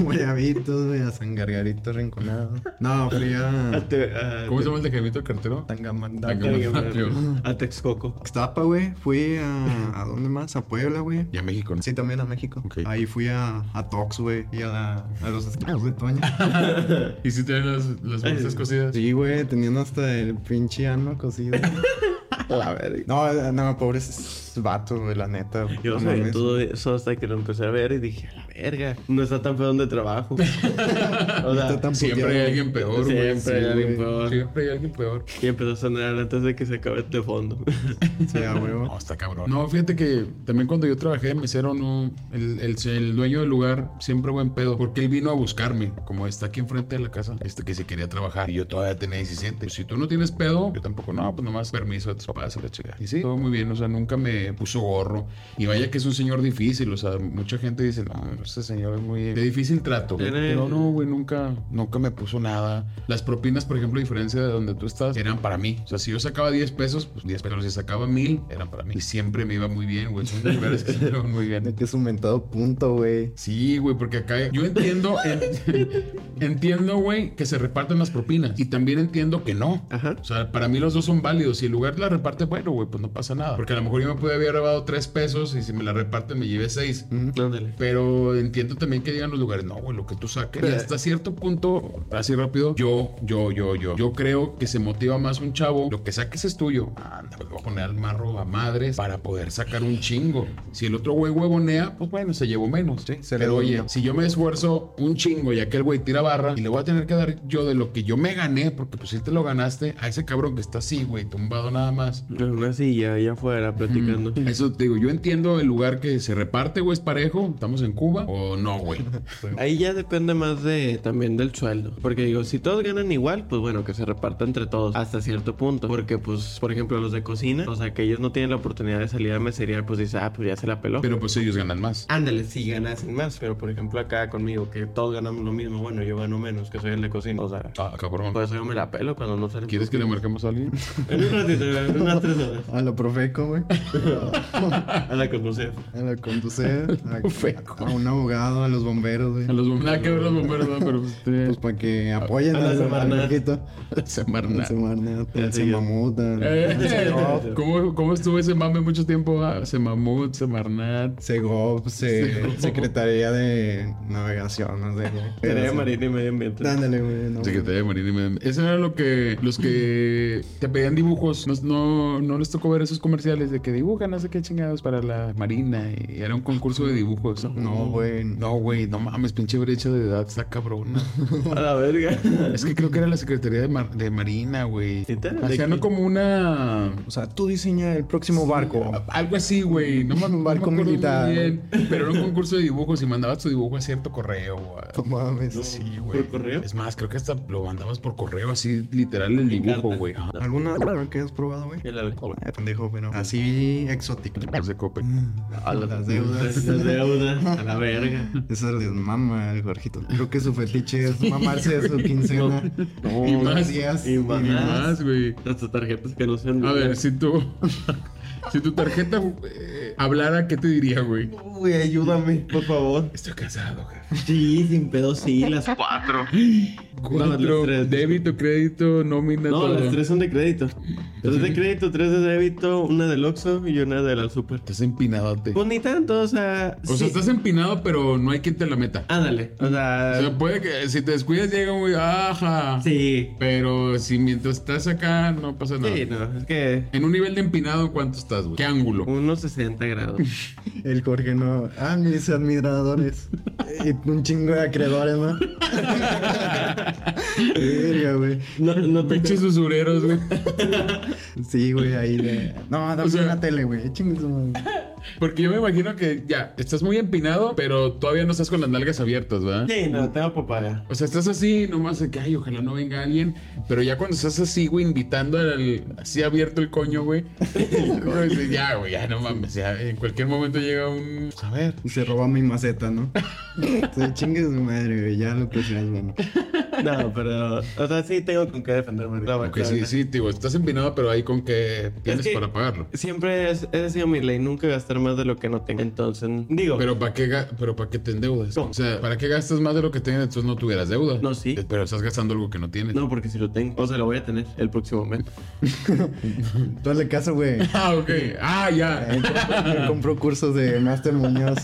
Speaker 4: Guayabitos, güey, a San Gargarito Rinconado. No, fui a
Speaker 6: A te- a-
Speaker 5: ¿Cómo se llama el de Jaimito el Cartero?
Speaker 4: Tangamandapio.
Speaker 5: Tangamandapio.
Speaker 6: A Texcoco.
Speaker 4: Extapa, güey. Fui a. ¿A dónde más? A Puebla, güey.
Speaker 5: Y a México, ¿no?
Speaker 4: Sí, también a México.
Speaker 5: Ok.
Speaker 4: Ahí fui a, a Tox, güey, y a, la- a los esclavos de Toña.
Speaker 5: ¿Y si traen las, las bolsas cocidas?
Speaker 4: Sí, güey, tenían hasta el pinche ano cocido. la verga. No, no, pobres vatos, güey, la neta.
Speaker 6: Yo
Speaker 4: no
Speaker 6: sabía
Speaker 4: mames.
Speaker 6: todo eso hasta que lo empecé a ver y dije, a la verga, no está tan feo donde trabajo. o sea,
Speaker 4: Está tan
Speaker 5: Siempre hay
Speaker 4: puteado.
Speaker 5: alguien peor, güey.
Speaker 6: siempre
Speaker 5: Sí,
Speaker 6: hay
Speaker 5: güey.
Speaker 6: alguien peor.
Speaker 5: Siempre hay alguien peor.
Speaker 6: Y empezó a sonar antes de que se acabe de fondo.
Speaker 4: Sí, a huevo.
Speaker 5: No, está cabrón. No, fíjate que también cuando yo trabajé de mesero, no, el, el- el dueño del lugar siempre buen pedo, porque él vino a buscarme, como está aquí enfrente de la casa, este que se quería trabajar y yo todavía tenía 17. Pues, si tú no tienes pedo, yo tampoco, no, pues nomás permiso a tus papás a la chica. Y sí, todo muy bien, o sea, nunca me puso gorro. Y vaya que es un señor difícil, o sea, mucha gente dice, no, este señor es muy de difícil trato.
Speaker 6: Tiene-
Speaker 5: Pero no, güey, nunca, nunca me puso nada. Las propinas, por ejemplo, a diferencia de donde tú estás, eran para mí. O sea, si yo sacaba 10 pesos, pues 10 pesos. Si sacaba 1000, eran para mí. Y siempre me iba muy bien, güey. Son lugares que siempre van muy bien.
Speaker 4: Mete su mentado punto, güey.
Speaker 5: Sí, güey, porque acá yo entiendo, en- entiendo, güey, que se reparten las propinas y también entiendo que no.
Speaker 6: Ajá.
Speaker 5: O sea, para mí los dos son válidos. Si el lugar la reparte, bueno, güey, pues no pasa nada. Porque a lo mejor yo me pude haber llevado 3 pesos y si me la reparten me llevé 6.
Speaker 6: Ándale.
Speaker 5: Pero entiendo también que digan los lugares, no, güey, lo que tú saques. Y hasta cierto punto, así rápido, yo, yo, yo, yo. Yo creo que se motiva más un chavo. Lo que saques es tuyo. Anda, pues voy a poner al marro a madres para poder sacar un chingo. Si el otro güey huevonea, pues bueno, se llevó menos.
Speaker 4: se le
Speaker 5: Pero oye,
Speaker 4: dominó.
Speaker 5: si yo me esfuerzo un chingo y aquel güey tira barra y le voy a tener que dar yo de lo que yo me gané, porque pues si te lo ganaste a ese cabrón que está así, güey, tumbado nada más.
Speaker 6: En una silla allá afuera platicando.
Speaker 5: Eso te digo, yo entiendo el lugar que se reparte, güey, es parejo. Estamos en Cuba o no, güey.
Speaker 6: Ahí ya depende más de también del sueldo. Porque digo, si todos ganan igual, pues bueno, que se reparta entre todos hasta cierto punto. Porque, pues, por ejemplo, los de cocina, o sea, que ellos no tienen la oportunidad de salir a mesería, pues dice, ah, pues ya se la peló.
Speaker 5: Pero pues ellos ganan más.
Speaker 6: Ándale, si ganasen más, pero por ejemplo acá conmigo, que todos ganamos lo mismo, bueno, yo gano menos, que soy el de cocina. O sea,
Speaker 5: Ah,
Speaker 4: Pues,
Speaker 5: cabrón.
Speaker 6: por eso yo me la pelo cuando no sale.
Speaker 5: ¿Quieres que le marquemos a alguien?
Speaker 6: En un ratito, en unas tres horas.
Speaker 4: A la Profeco, güey.
Speaker 6: A la conocer.
Speaker 4: A la Conducef. A,
Speaker 5: Profeco.
Speaker 4: a un abogado, a los bomberos, güey.
Speaker 5: A los bomberos. Nada que ver los bomberos, ¿no? pero pues,
Speaker 4: Pues pues,
Speaker 5: este,
Speaker 4: para que apoyen
Speaker 6: A la
Speaker 4: al- al
Speaker 6: Semarnat.
Speaker 4: viejito.
Speaker 5: Semarnat.
Speaker 4: Semarnat, el
Speaker 6: Sí, ya.
Speaker 4: Semamut, el-
Speaker 5: Eh, ¿Cómo, ¿Cómo estuvo ese mame mucho tiempo? Ah, Semamut, Semarnat.
Speaker 4: Segov, se,
Speaker 5: Segov.
Speaker 4: Secretaría de Navegación, no sé. güey.
Speaker 6: Sería marina y medio ambiente.
Speaker 4: Ándale, güey. No,
Speaker 5: Secretaría de Marina y Medio Ambiente. Eso era lo que los que te pedían dibujos. No, no, no les tocó ver esos comerciales de que dibujan, no sé qué chingados para la Marina. Y era un concurso de dibujos.
Speaker 4: No, güey.
Speaker 5: No, güey, no mames, pinche brecha de edad, está cabrona.
Speaker 6: A la verga.
Speaker 5: es que creo que era la Secretaría de, Mar- de Marina, güey.
Speaker 6: ¿Neta? ¿De
Speaker 5: Hacían
Speaker 6: qué?
Speaker 5: como una.
Speaker 4: O sea, tú diseñas el próximo barco.
Speaker 5: Algo así, güey. No me, no me
Speaker 4: Barco
Speaker 5: acuerdo muy
Speaker 4: militar.
Speaker 5: bien. Pero era un concurso de dibujos y mandabas tu dibujo a cierto correo. güey.
Speaker 4: No mames.
Speaker 5: Sí, güey.
Speaker 6: ¿Por correo?
Speaker 5: Es más, creo que hasta lo mandabas por correo, así literal el dibujo,
Speaker 6: encanta.
Speaker 5: güey. Ajá.
Speaker 4: ¿Alguna que has probado, güey?
Speaker 6: El alcohol.
Speaker 4: Eh, Pendejo, pero. Así, exótica.
Speaker 5: Las de Coppel.
Speaker 6: Ah,
Speaker 7: A la-
Speaker 4: Las deudas.
Speaker 6: La deuda, a la verga.
Speaker 4: Eso les mama el Jorgito. Creo que su fetiche es mamarse de su quincena.
Speaker 5: No,
Speaker 4: y
Speaker 5: más,
Speaker 4: más días.
Speaker 6: y
Speaker 4: y
Speaker 6: más.
Speaker 5: Ni
Speaker 4: más.
Speaker 5: más, güey.
Speaker 6: Nuestras tarjetas que no sean.
Speaker 5: A ver, si tu, si tu tarjeta eh, hablara, ¿qué te diría, güey?
Speaker 8: Uy, ayúdame, por favor.
Speaker 5: Estoy casado, jefe.
Speaker 6: Sí, sin pedo, sí, las cuatro.
Speaker 5: Cuatro,
Speaker 6: tres.
Speaker 5: débito, crédito, nómina,
Speaker 6: No,
Speaker 5: todo.
Speaker 6: las tres son de crédito. Tres de crédito, tres de débito, una del Oxxo y una de la Super.
Speaker 5: Estás empinadote.
Speaker 6: Pues ni tanto, o sea.
Speaker 5: O sea, estás empinado, pero no hay quien te la meta.
Speaker 6: Ándale, o
Speaker 5: O
Speaker 6: sea.
Speaker 5: sea, puede que si te descuidas llega muy ajá.
Speaker 6: Sí.
Speaker 5: Pero si mientras estás acá no pasa nada.
Speaker 6: Sí, no, es que.
Speaker 5: En un nivel de empinado, ¿cuánto estás, güey? ¿Qué ángulo?
Speaker 6: Unos 60 grados.
Speaker 4: El Jorge no. Ah, mis admiradores. y un chingo de acreedores, ¿no? Verga, güey.
Speaker 6: No, no te
Speaker 5: Pinches usureros, güey.
Speaker 4: Sí, güey, ahí de. No, dame
Speaker 5: O sea-
Speaker 4: una tele, güey. Chingue su madre.
Speaker 5: Porque yo me imagino que ya, estás muy empinado, pero todavía no estás con las nalgas abiertas, ¿verdad?
Speaker 6: Sí, no, tengo papaya.
Speaker 5: O sea, estás así, nomás de que, ay, ojalá no venga alguien. Pero ya cuando estás así, güey, invitando al. así abierto el coño, güey. uno dice, ya, güey, ya no mames. Ya, en cualquier momento llega un. A ver.
Speaker 4: Y se roba mi maceta, ¿no? Se chingue su madre, güey. Ya lo que sea, bueno.
Speaker 6: No, pero. O sea, sí tengo con qué defenderme. ahorita,
Speaker 5: Ok,
Speaker 6: la
Speaker 5: sí,
Speaker 6: verdad.
Speaker 5: sí, digo, estás empinado, pero ahí con que tienes
Speaker 6: que-
Speaker 5: para pagarlo.
Speaker 6: Siempre es, esa ha sido mi ley, nunca gastar más de lo que no tengo. Entonces, digo,
Speaker 5: Pero ¿para qué, ga- pero para qué te endeudas?
Speaker 6: ¿Cómo?
Speaker 5: O sea, ¿para qué gastas más de lo que tienes? Entonces no tuvieras deuda. Eh,
Speaker 6: No, sí.
Speaker 5: Pero estás gastando algo que no tienes.
Speaker 6: no, porque si lo tengo, o sea, lo voy a tener el próximo mes.
Speaker 4: Tú hazle caso, güey.
Speaker 5: Ah, ok. Ah, ya.
Speaker 4: Ahí compro- Yo compro cursos de Master Muñoz.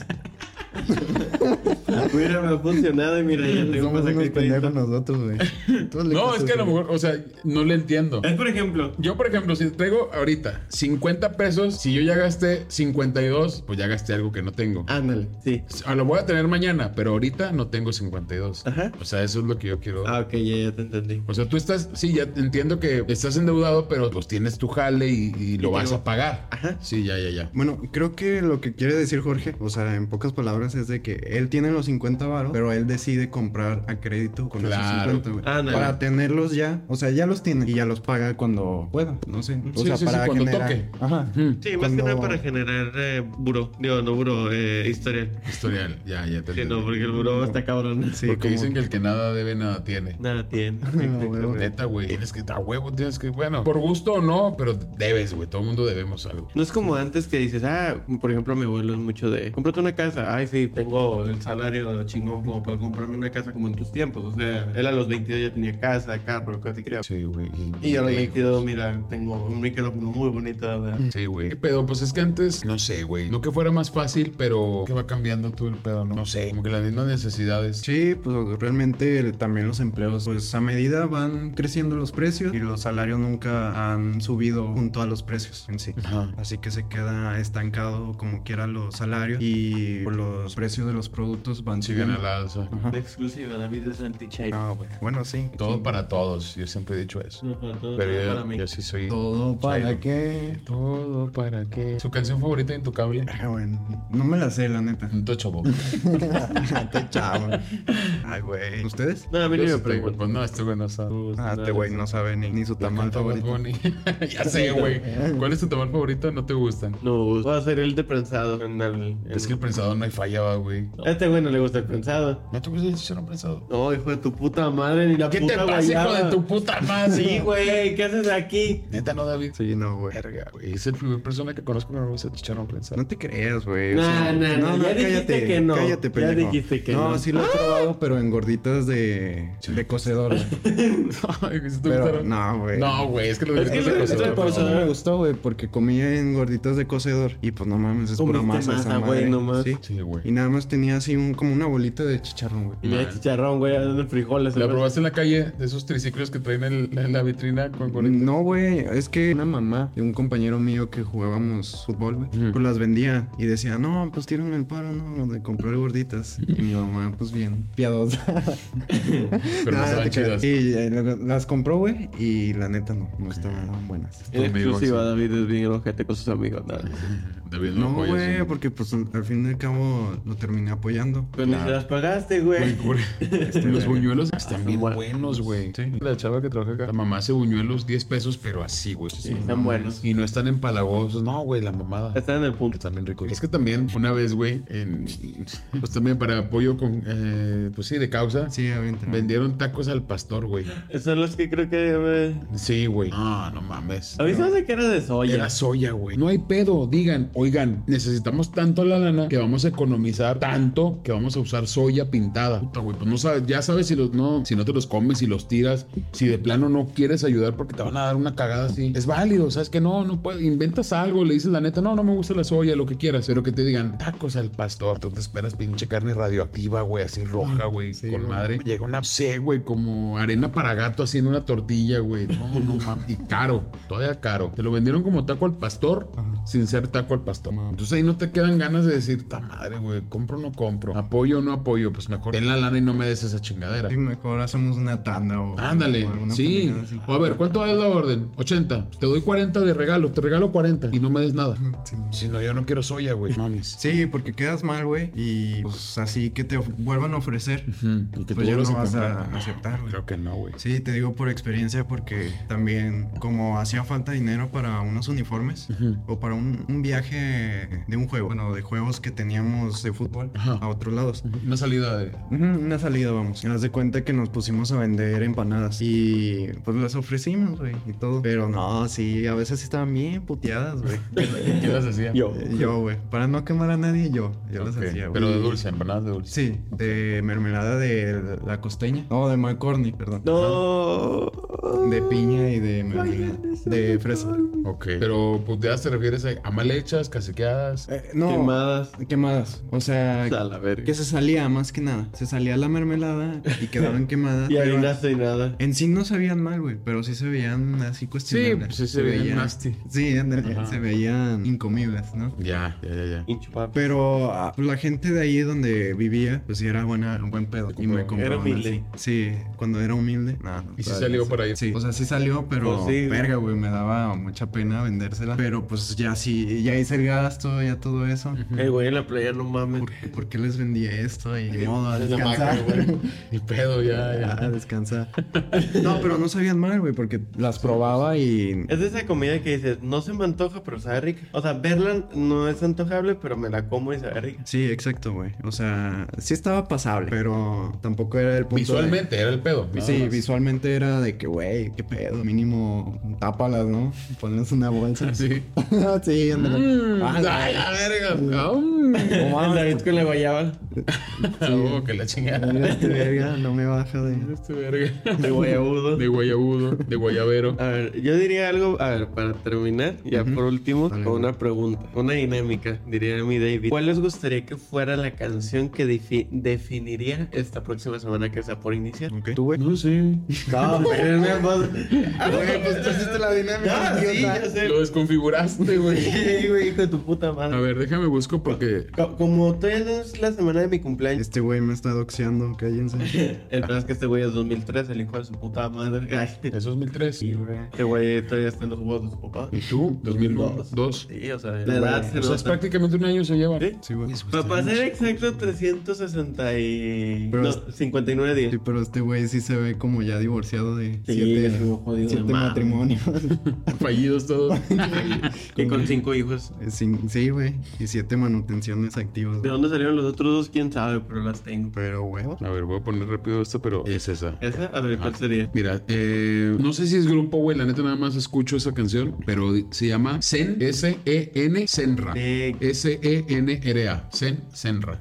Speaker 6: Mira, me ha funcionado y mira, ya tengo
Speaker 4: Somos
Speaker 6: más
Speaker 4: unos pendejos
Speaker 6: acreditado.
Speaker 4: nosotros, güey. Tú hazle
Speaker 5: No,
Speaker 4: caso,
Speaker 5: es que a lo
Speaker 4: güey.
Speaker 5: mejor, o sea, no le entiendo.
Speaker 6: Es por ejemplo,
Speaker 5: Yo, por ejemplo, si traigo ahorita 50 pesos, si yo ya gasté 52, pues ya gasté algo que no tengo.
Speaker 6: ándale, sí.
Speaker 5: A lo voy a tener mañana, pero ahorita no tengo 52.
Speaker 6: Ajá.
Speaker 5: O sea, eso es lo que yo quiero.
Speaker 6: Ah, ok, ya, ya te entendí.
Speaker 5: O sea, tú estás, sí, ya entiendo que estás endeudado, pero pues tienes tu jale y, y lo vas a pagar.
Speaker 6: Ajá.
Speaker 5: Sí, ya, ya, ya.
Speaker 4: Bueno, creo que lo que quiere decir Jorge, o sea, en pocas palabras, es de que él tiene los 50 varos, pero él decide comprar a crédito con
Speaker 5: Claro.
Speaker 4: esos 50, güey.
Speaker 6: Ándale.
Speaker 4: Para tenerlos ya, o sea, ya los tiene y ya los paga cuando pueda, no sé. O
Speaker 5: Sí,
Speaker 4: sea,
Speaker 5: sí, sí,
Speaker 4: para
Speaker 5: cuando
Speaker 4: generar.
Speaker 5: toque.
Speaker 4: Ajá.
Speaker 5: Mm,
Speaker 6: Sí, más que
Speaker 4: Cuando-
Speaker 6: nada para generar eh, buró. Digo, no buró, eh, historial.
Speaker 5: Historial, ya, ya te
Speaker 6: Sí,
Speaker 5: entendí.
Speaker 6: no, porque el buró está cabrón.
Speaker 4: Sí,
Speaker 5: Porque
Speaker 4: como-
Speaker 5: dicen que el que nada debe, nada tiene.
Speaker 6: Nada tiene.
Speaker 4: No, güey.
Speaker 5: Neta, güey. Tienes que, a huevo, tienes que, bueno, por gusto o no, pero debes, güey. Todo el mundo debemos algo.
Speaker 6: No es como antes que dices, ah, por ejemplo, mi abuelo es mucho de, cómprate una casa. Ay, sí, tengo el salario chingón como para comprarme una casa como en tus tiempos. O sea, él a los 22 ya tenía casa, carro, casi creo.
Speaker 5: Sí, güey.
Speaker 6: Y yo a los 22, mira, tengo un micrófono muy bonito, ¿verdad?
Speaker 5: Sí, güey. Pero pues es que antes, no sé, güey. No que fuera más fácil, pero que va cambiando tú el pedo, ¿no? No sé. Como que las mismas necesidades.
Speaker 4: Sí, pues realmente el- también los empleos, pues a medida van creciendo los precios y los salarios nunca han subido junto a los precios en sí.
Speaker 5: Ajá.
Speaker 4: Así que se queda estancado como quiera los salarios y pues, los precios de los productos van
Speaker 5: Si bien
Speaker 4: subiendo.
Speaker 5: a la alza.
Speaker 6: La exclusiva, David de Santi Chay.
Speaker 4: Ah, güey. Bueno, sí.
Speaker 5: Todo para todos. Yo siempre he dicho eso.
Speaker 6: No, no, no,
Speaker 5: Pero yo,
Speaker 6: para mí.
Speaker 5: yo sí soy.
Speaker 4: Todo para
Speaker 5: Chairo.
Speaker 4: qué.
Speaker 5: Todo para qué. ¿Su canción favorita en tu cable?
Speaker 4: Ah, bueno, no me la sé, la neta.
Speaker 5: Un tocho bobo.
Speaker 4: Te chavo. Ay, güey. ¿Ustedes?
Speaker 6: No, a mí
Speaker 5: Yo
Speaker 6: no
Speaker 5: sí
Speaker 6: me
Speaker 5: te-
Speaker 6: pregunto.
Speaker 5: Pues no, este güey no sabe.
Speaker 4: Ah, este güey no sabe ni, ni su tamal
Speaker 5: Canta Bad
Speaker 4: favorito.
Speaker 5: Bunny. ya sé, güey. ¿Cuál es tu tamal favorito? No te gustan.
Speaker 6: No, voy a hacer el de prensado. en el- en-
Speaker 5: Es que el prensador no hay falla, va, güey.
Speaker 6: A este güey no le gusta el prensado.
Speaker 5: ¿No te gusta el chicharrón prensado?
Speaker 6: No, hijo de tu puta madre, ni la
Speaker 5: ¿Qué te
Speaker 6: puta
Speaker 5: pasa, hijo
Speaker 6: guayaba.
Speaker 5: de tu puta madre?
Speaker 6: Sí, güey, ¿qué haces aquí?
Speaker 5: Neta, no, David.
Speaker 4: Sí, no, güey.
Speaker 5: Verga, güey. Es el primer persona que conozco que no me gusta el chicharrón prensado.
Speaker 4: No te creas, güey.
Speaker 6: No,
Speaker 4: o sea,
Speaker 6: no, no, ya dijiste que no.
Speaker 4: Cállate,
Speaker 6: Ya
Speaker 4: pendejo.
Speaker 6: dijiste que no.
Speaker 4: No, sí lo he probado, pero en gorditas de, de cocedor. güey.
Speaker 5: Ay, ¿sí te
Speaker 4: Pero
Speaker 5: gustaron?
Speaker 4: no, güey.
Speaker 5: No, güey, es que lo
Speaker 6: Es que
Speaker 5: dijiste
Speaker 6: lo-
Speaker 5: de
Speaker 6: es que
Speaker 5: cosas,
Speaker 6: por
Speaker 5: güey.
Speaker 4: Eso no me gustó, güey, porque comía en gorditas de cocedor. Y pues no mames, es pura
Speaker 6: Comiste
Speaker 4: masa.
Speaker 6: masa,
Speaker 4: esa
Speaker 6: güey,
Speaker 4: madre.
Speaker 6: no mames.
Speaker 4: Sí.
Speaker 5: Sí,
Speaker 4: Y
Speaker 5: güey.
Speaker 4: nada más tenía así un, como una bolita de chicharrón, güey.
Speaker 6: Y mira, chicharrón, güey, de frijoles.
Speaker 5: ¿La
Speaker 6: ¿sabes?
Speaker 5: probaste en la calle de esos triciclos que traen en la, en la vitrina con
Speaker 6: Mm,
Speaker 5: gorrito?
Speaker 4: No, güey, es que una mamá de un compañero mío que jugábamos fútbol, güey, pues las vendía y decía, no, pues tiran el paro, no, de comprar gorditas. Y mi mamá, pues bien, piadosa.
Speaker 5: Pero no
Speaker 4: Nah,
Speaker 5: estaban
Speaker 4: te creas.
Speaker 5: chidas.
Speaker 4: Y eh, la- las compró, güey, y la neta no, no estaban buenas.
Speaker 6: En
Speaker 5: Conmigo,
Speaker 6: exclusiva,
Speaker 5: sí.
Speaker 6: David es bien ojete con sus amigos. nada.
Speaker 5: David,
Speaker 4: No,
Speaker 5: apoyas,
Speaker 4: güey, porque pues al fin y al cabo lo, lo terminé apoyando.
Speaker 6: Pero ni se las pagaste, güey.
Speaker 9: Este
Speaker 5: Los buñuelos están bien
Speaker 6: bueno.
Speaker 5: buenos, güey.
Speaker 9: Sí, la chava que trabaja
Speaker 5: La
Speaker 9: acá.
Speaker 5: mamá hace buñuelos 10 pesos, pero así, güey.
Speaker 6: Sí, están buenos.
Speaker 5: Y no están empalagosos. No, güey, la mamada.
Speaker 6: Están en el punto.
Speaker 5: Están bien ricos. Es que también, una vez, güey, en- pues también para apoyo con, eh, pues sí, de causa,
Speaker 4: Sí, obviamente. no.
Speaker 5: vendieron tacos al pastor, güey.
Speaker 6: Esos son los que creo que. eh,
Speaker 5: Sí, güey. Ah, no mames.
Speaker 6: A mí se me hace que era de soya.
Speaker 5: Era soya, güey. No hay pedo. Digan, oigan, necesitamos tanto la lana que vamos a economizar tanto que vamos a usar soya pintada. Puta, güey, pues no sabes, ya sabes si los no, si no te los comes, si los tiras, si de plano no quieres ayudar porque te van a dar una cagada así. Es válido, sabes que no, no puedes. Inventas algo, le dices la neta, no, no me gusta la soya, lo que quieras, pero que te digan tacos al pastor. Tú te esperas pinche carne radioactiva, güey, así roja, güey, con madre. Llega una, sé, güey, como arena para gato así en una tortilla, güey. No, no mames. Y caro, todavía caro. Te lo vendieron como taco al pastor sin ser taco al pastor. Entonces ahí no te quedan ganas de decir, ta madre, güey, compro o no compro, apoyo o no apoyo. Pues mejor ten la lana y no me des esa chingadera.
Speaker 4: Sí, mejor hacemos una tanda o.
Speaker 5: Ándale,
Speaker 4: o alguna
Speaker 5: sí.
Speaker 4: pendejada así.
Speaker 5: O a ver, ¿cuánto es la orden? 80. Te doy 40 de regalo, te regalo 40 y no me des nada.
Speaker 4: Sí.
Speaker 5: Si no, yo no quiero soya, güey. Mames.
Speaker 4: Sí, porque quedas mal, güey. Y pues así que te of- vuelvan a ofrecer.
Speaker 5: Y que tú
Speaker 4: Pues ya
Speaker 5: vuelvas
Speaker 4: no vas a
Speaker 5: comprar.
Speaker 4: aceptar, güey.
Speaker 5: Creo que no, güey.
Speaker 4: Sí, te digo por experiencia porque también como hacía falta dinero para unos uniformes o para un, un viaje de un juego, bueno, de juegos que teníamos de fútbol
Speaker 5: Ajá.
Speaker 4: a otros lados.
Speaker 5: Una salida de.
Speaker 4: Ujú, Una salida, vamos. Haz de cuenta que nos pusimos a vender empanadas y pues las ofrecimos, güey, y todo. Pero no, sí, a veces sí estaban bien puteadas, güey.
Speaker 5: ¿Qué las hacía?
Speaker 6: Yo.
Speaker 4: Eh, Yo, güey. Para no quemar a nadie, yo. Yo las
Speaker 5: Ok,
Speaker 4: hacía, güey.
Speaker 5: Pero de dulce, empanadas de dulce.
Speaker 4: Sí, de mermelada de la costeña. No, de McCorney, perdón.
Speaker 6: No.
Speaker 4: De piña y de mermelada. De fresa.
Speaker 5: Ok. Pero puteadas te refieres a, a mal hechas, casequeadas.
Speaker 4: Eh, no,
Speaker 6: Quemadas.
Speaker 4: quemadas. O sea,
Speaker 6: O sea, la verga.
Speaker 4: que se salía más que nada. Se salía la mermelada y quedaban quemadas.
Speaker 6: Y
Speaker 4: pero
Speaker 6: harinaste y nada.
Speaker 4: En sí no sabían mal, güey, pero sí se veían así cuestionables.
Speaker 5: pues sí se veían nasty.
Speaker 4: Sí, ándale,
Speaker 5: Ajá.
Speaker 4: se veían incomibles, ¿no?
Speaker 5: Ya, ya, ya, ya.
Speaker 6: Inchupable.
Speaker 4: Pero ah, pues, la gente de ahí donde vivía, pues sí era buena, un buen pedo. Y me
Speaker 5: Era
Speaker 4: compraban
Speaker 6: humilde.
Speaker 4: así. Sí, cuando era humilde. no, no,
Speaker 5: ¿Y si
Speaker 4: todavía
Speaker 5: salió
Speaker 4: sí.
Speaker 5: por ahí?
Speaker 4: Sí, o sea, sí salió, pero
Speaker 6: Pues sí.
Speaker 4: verga, güey, me daba mucha pena vendérsela. Pero pues ya sí, ya hice el gasto, ya todo eso.
Speaker 6: Eh, güey, en la playa no mames.
Speaker 4: ¿Por, por qué les vendía esto? Y ni modo, a
Speaker 5: Es la maca,
Speaker 4: descansar.
Speaker 5: güey. Ni pedo, ya,
Speaker 4: Ya,
Speaker 5: ya.
Speaker 4: a descansar. No, pero no sabían mal, güey, porque las probaba y
Speaker 9: Es de esa comida que dices, no se me antoja, pero sabe rica. O sea, verla no es antojable, pero me la como y sabe rica.
Speaker 4: Sí, exacto, güey. O sea, sí estaba pasable, pero tampoco era el punto. de-
Speaker 5: Visualmente era el pedo. nada
Speaker 4: Sí,
Speaker 5: más.
Speaker 4: visualmente era de que, güey, qué pedo, mínimo, tápalas, ¿no? Ponles una bolsa.
Speaker 5: Sí.
Speaker 4: sí, ándale.
Speaker 6: Mm.
Speaker 4: Ah,
Speaker 5: Mm. Ay, la verga. Ah,
Speaker 4: no mames,
Speaker 6: David con la guayaba.
Speaker 5: oh, que la chingada.
Speaker 4: mira este verga, no me baja de...
Speaker 5: Este verga.
Speaker 6: De guayabudo.
Speaker 5: De guayabudo, de guayabero.
Speaker 6: A ver, yo diría algo, a ver, para terminar, ya por último,
Speaker 4: Dale,
Speaker 6: con
Speaker 4: güey.
Speaker 6: una pregunta, una dinámica, diría mi David. ¿Cuál les gustaría que fuera la canción que defi- definiría esta próxima semana que está por iniciar?
Speaker 4: Ok.
Speaker 6: ¿Tú, güey? No sé. No, espérenme, pues.
Speaker 4: Güey, pues tú hiciste la dinámica,
Speaker 6: Ah, sí,
Speaker 4: idiota.
Speaker 6: ya sé.
Speaker 5: Lo desconfiguraste, güey.
Speaker 6: Sí, güey, hijo de tu puta
Speaker 5: A
Speaker 6: madre.
Speaker 5: ver, déjame busco porque.
Speaker 9: Co- Como todavía no es la semana de mi cumpleaños.
Speaker 4: Este güey me está doxeando, cállense.
Speaker 6: El plan es que este güey es 2003, el hijo de su puta madre. Ay,
Speaker 5: Es 2003.
Speaker 6: Este güey todavía está en los juegos de su papá.
Speaker 5: ¿Y tú? 2002.
Speaker 6: Sí, o sea,
Speaker 4: La edad
Speaker 5: O sea, es prácticamente un año se lleva.
Speaker 6: Sí.
Speaker 4: Sí, güey. pues,
Speaker 6: Para
Speaker 4: está
Speaker 6: ser
Speaker 4: bien.
Speaker 6: exacto, 360 y...
Speaker 4: Pero
Speaker 6: no,
Speaker 4: es-
Speaker 6: 59 días.
Speaker 4: Sí, pero este güey sí se ve como ya divorciado de
Speaker 6: Sí,
Speaker 4: siete,
Speaker 6: estuvo jodido de
Speaker 4: siete
Speaker 6: madre.
Speaker 4: matrimonios.
Speaker 5: Fallidos todos.
Speaker 6: Y con cinco hijos.
Speaker 4: Sí, sí, güey. Y siete manutenciones activas.
Speaker 6: ¿De
Speaker 4: güey.
Speaker 6: dónde salieron los otros dos? ¿Quién sabe? Pero las tengo.
Speaker 4: Pero, güey.
Speaker 5: A ver, voy a poner rápido esto, pero es esa.
Speaker 6: ¿Esa? A ver, ¿cuál
Speaker 5: Ah.
Speaker 6: sería?
Speaker 5: Mira, eh, no sé si es grupo, güey, la neta nada más escucho esa canción, pero di- se llama Zen, S-E-N, Senra.
Speaker 4: Eh,
Speaker 5: E
Speaker 6: De-
Speaker 5: S-E-N-R-A, Zen, Senra.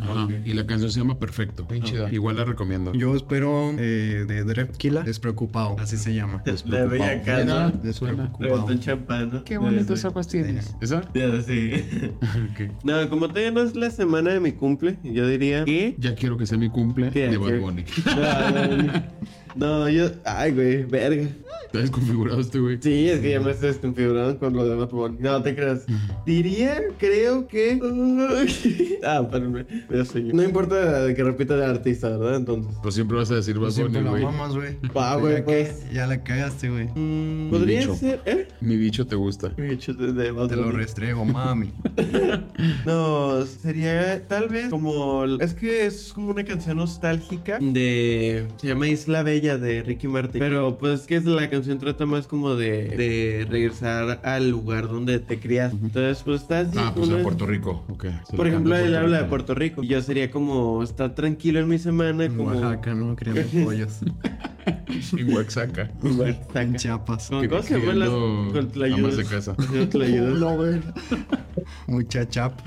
Speaker 5: Ajá,
Speaker 6: Ok.
Speaker 5: Y la canción se llama Perfecto. Bien chida. Igual la recomiendo.
Speaker 4: Yo espero eh, de Drefkila despreocupado, así se llama.
Speaker 6: La bella casa.
Speaker 4: Despreocupado.
Speaker 6: Levantó champán.
Speaker 5: Qué bonitos ojos tienes. ¿Esa?
Speaker 6: Ya, sí.
Speaker 5: Ok.
Speaker 6: No, como todavía no es la semana de mi cumple, yo diría que...
Speaker 5: Ya quiero que sea mi cumple
Speaker 6: Sí,
Speaker 5: de Bad
Speaker 6: que-
Speaker 5: Bunny.
Speaker 6: No, no, no. No, yo... Ay, güey, verga.
Speaker 5: Está desconfigurado este güey.
Speaker 6: Sí, es que ya me estoy desconfigurando con lo de Bad Bunny. No, te creas. Diría, creo que. ah, espérame. Ya sé. No importa que repita el artista, ¿verdad? Entonces.
Speaker 5: Pero Pues siempre vas a decir Bad
Speaker 4: Siempre
Speaker 5: Bunny,
Speaker 4: la
Speaker 5: güey.
Speaker 4: mamas, güey.
Speaker 6: Va, güey,
Speaker 4: Ya que-
Speaker 6: pues.
Speaker 4: Ya la cagaste, güey.
Speaker 6: Mm, Podría
Speaker 5: bicho.
Speaker 6: ser, ¿eh?
Speaker 5: Mi bicho te gusta.
Speaker 6: Mi chute de Bad
Speaker 4: Te lo
Speaker 6: Bunny.
Speaker 4: restrego, mami.
Speaker 6: No, sería tal vez como. el-
Speaker 10: Es que es como una canción nostálgica.
Speaker 6: de se llama Isla Bella de Ricky Martin pero pues que es la canción trata más como de, de regresar al lugar donde te criaste entonces pues estás
Speaker 5: Ah, pues
Speaker 6: una-
Speaker 5: a Puerto Rico. Ok. Se
Speaker 6: por
Speaker 5: le
Speaker 6: ejemplo
Speaker 5: canta a
Speaker 6: él habla de
Speaker 5: Rico.
Speaker 6: Puerto Rico y yo sería como estar tranquilo en mi semana
Speaker 4: En
Speaker 6: como
Speaker 4: Oaxaca, ¿no? Criando pollos.
Speaker 5: En Oaxaca.
Speaker 4: En Chiapas.
Speaker 6: Con- ¿Cómo se llaman las
Speaker 5: Criando
Speaker 6: con
Speaker 5: amas de
Speaker 6: tlayudas?
Speaker 5: casa.
Speaker 6: Con tlayudas.
Speaker 4: Mucha chapa.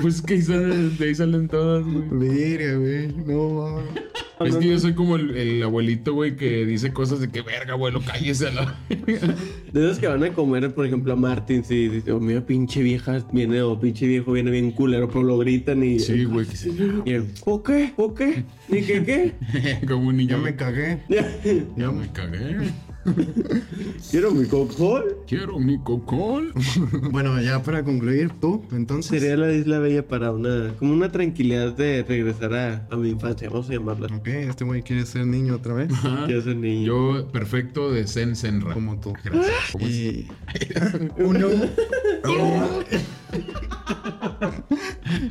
Speaker 5: Pues que ahí salen- de ahí salen todas, güey.
Speaker 4: Verga, güey. No, mames.
Speaker 5: Es que yo soy como el, el abuelito, güey, que dice cosas de que verga, abuelo, cállese a la. verga".
Speaker 6: De esos que van a comer, por ejemplo, a Martins y dicen, oh, mira, pinche vieja viene, o pinche viejo viene bien culero, pero lo gritan y...
Speaker 5: Sí, güey, que sí.
Speaker 6: y él, ¿O qué? ¿O qué? ¿Ni qué qué?
Speaker 5: Como un niño.
Speaker 4: Ya me cagué.
Speaker 5: ya me cagué.
Speaker 6: ¿Quiero mi cocol?
Speaker 5: Quiero mi cocol.
Speaker 4: Bueno, ya para concluir, tú, entonces.
Speaker 6: Sería la isla bella para una, como una tranquilidad de regresar a, a mi infancia, vamos a llamarla.
Speaker 4: Ok, este güey quiere ser niño otra vez.
Speaker 5: Ajá.
Speaker 6: Ya soy niño.
Speaker 5: Yo, perfecto de Zen Senra.
Speaker 4: Como tú.
Speaker 5: Gracias. ¿Cómo es?
Speaker 4: Y. Uno.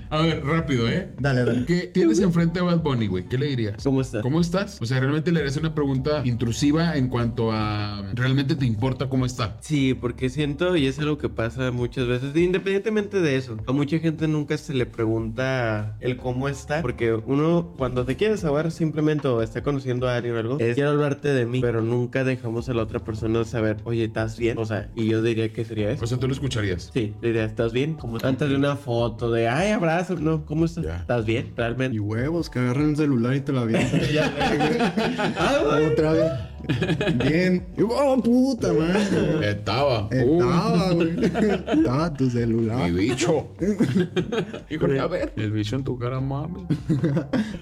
Speaker 5: A ver, rápido, ¿eh?
Speaker 4: Dale, dale.
Speaker 5: ¿Qué tienes enfrente a Bad Bunny, güey? ¿Qué le dirías?
Speaker 6: ¿Cómo está?
Speaker 5: ¿Cómo estás? O sea, realmente le harías una pregunta intrusiva en cuanto a. ¿Realmente te importa cómo está?
Speaker 6: Sí, porque siento, y es algo que pasa muchas veces, independientemente de eso, a mucha gente nunca se le pregunta el cómo está, porque uno cuando te quiere saber simplemente o está conociendo a alguien o algo, es quiero hablarte de mí, pero nunca dejamos a la otra persona saber, oye, ¿estás bien? O sea, y yo diría que sería eso.
Speaker 5: O sea, tú lo escucharías.
Speaker 6: Sí, le diría, ¿estás bien? Como antes de una foto de, ay, abrazo, no, ¿cómo estás?
Speaker 5: Ya.
Speaker 6: ¿Estás bien?
Speaker 4: Y
Speaker 6: Realmente.
Speaker 4: huevos, que agarran el celular y te la avientan.
Speaker 6: Ah, güey.
Speaker 4: otra vez. Bien. Y, Oh, puta madre.
Speaker 5: Estaba.
Speaker 4: Estaba, güey. Estaba tu
Speaker 5: Uh, mi
Speaker 4: celular.
Speaker 5: bicho. Híjole, a ver. El bicho en tu cara, mami.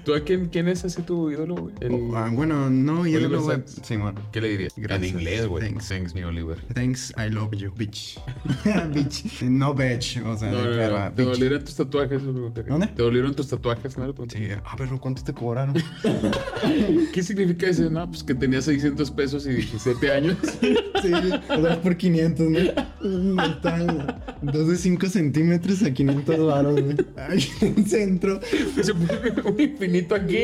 Speaker 5: ¿Tú a quién, quién es ese tu ídolo, güey? El-
Speaker 4: Ah, bueno, no, yo
Speaker 5: Oliver
Speaker 4: no voy.
Speaker 5: Sacks.
Speaker 4: Sí, bueno.
Speaker 5: Oh, ¿Qué le dirías?
Speaker 4: Gracias.
Speaker 5: En inglés, güey.
Speaker 4: Thanks.
Speaker 5: mi Oliver.
Speaker 4: Thanks, I love you, bitch. bitch. No, bitch. O sea,
Speaker 5: No, no,
Speaker 4: de que
Speaker 5: no,
Speaker 4: va,
Speaker 5: no. ¿Te
Speaker 4: bitch.
Speaker 5: dolieron tus tatuajes? güey?
Speaker 4: ¿Dónde?
Speaker 5: ¿Te dolieron tus tatuajes? ¿No?
Speaker 4: Sí, ah, pero ¿cuánto te cobraron?
Speaker 5: ¿Qué significa eso? No, pues que tenía 600 pesos y 17 años.
Speaker 4: Sí, o sea, por 500, ¿no? No está, Dos de 5 centímetros a 500 baros, güey. Ay, en el centro.
Speaker 5: Se pone un infinito aquí.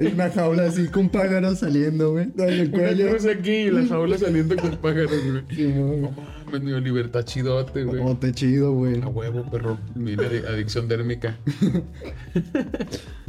Speaker 4: Hay una jaula así con pájaros saliendo, güey. Dale el
Speaker 5: Una
Speaker 4: cuello.
Speaker 5: cruz aquí y la jaula saliendo con pájaros, güey.
Speaker 4: Sí, no,
Speaker 5: Mames, mi Oliver, está chidote,
Speaker 4: güey.
Speaker 5: güey.
Speaker 4: Oh, te chido, güey.
Speaker 5: A huevo, perro. Mira, adi- adicción dérmica.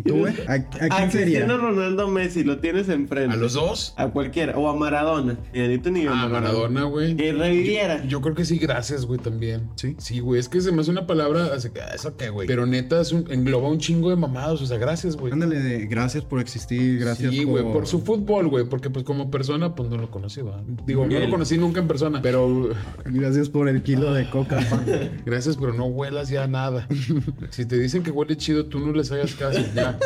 Speaker 4: ¿Tú, güey? ¿A, a
Speaker 6: A
Speaker 4: quién
Speaker 5: Ah,
Speaker 4: sería?
Speaker 6: Cristiano Ronaldo Messi lo tienes enfrente.
Speaker 5: ¿A los dos?
Speaker 6: A cualquiera. O a Maradona. Ni a Nito ni a
Speaker 5: A Maradona, güey.
Speaker 6: Que reviviera.
Speaker 5: Yo creo que sí, gracias, güey, también. Sí. Sí, güey. Es que se me hace una palabra así que, ah, eso qué, güey. Pero neta, es un- engloba un chingo de mamados. O sea, gracias, güey.
Speaker 4: Ándale, de gracias por existir, gracias
Speaker 5: sí,
Speaker 4: por...
Speaker 5: güey, por su fútbol, güey, porque pues como persona, pues no lo conocí, va. Digo, no lo conocí nunca en persona, pero
Speaker 4: Gracias por el kilo de coca, pa.
Speaker 5: gracias, pero no huelas ya a nada. si te dicen que huele chido, tú no les hagas caso, ya.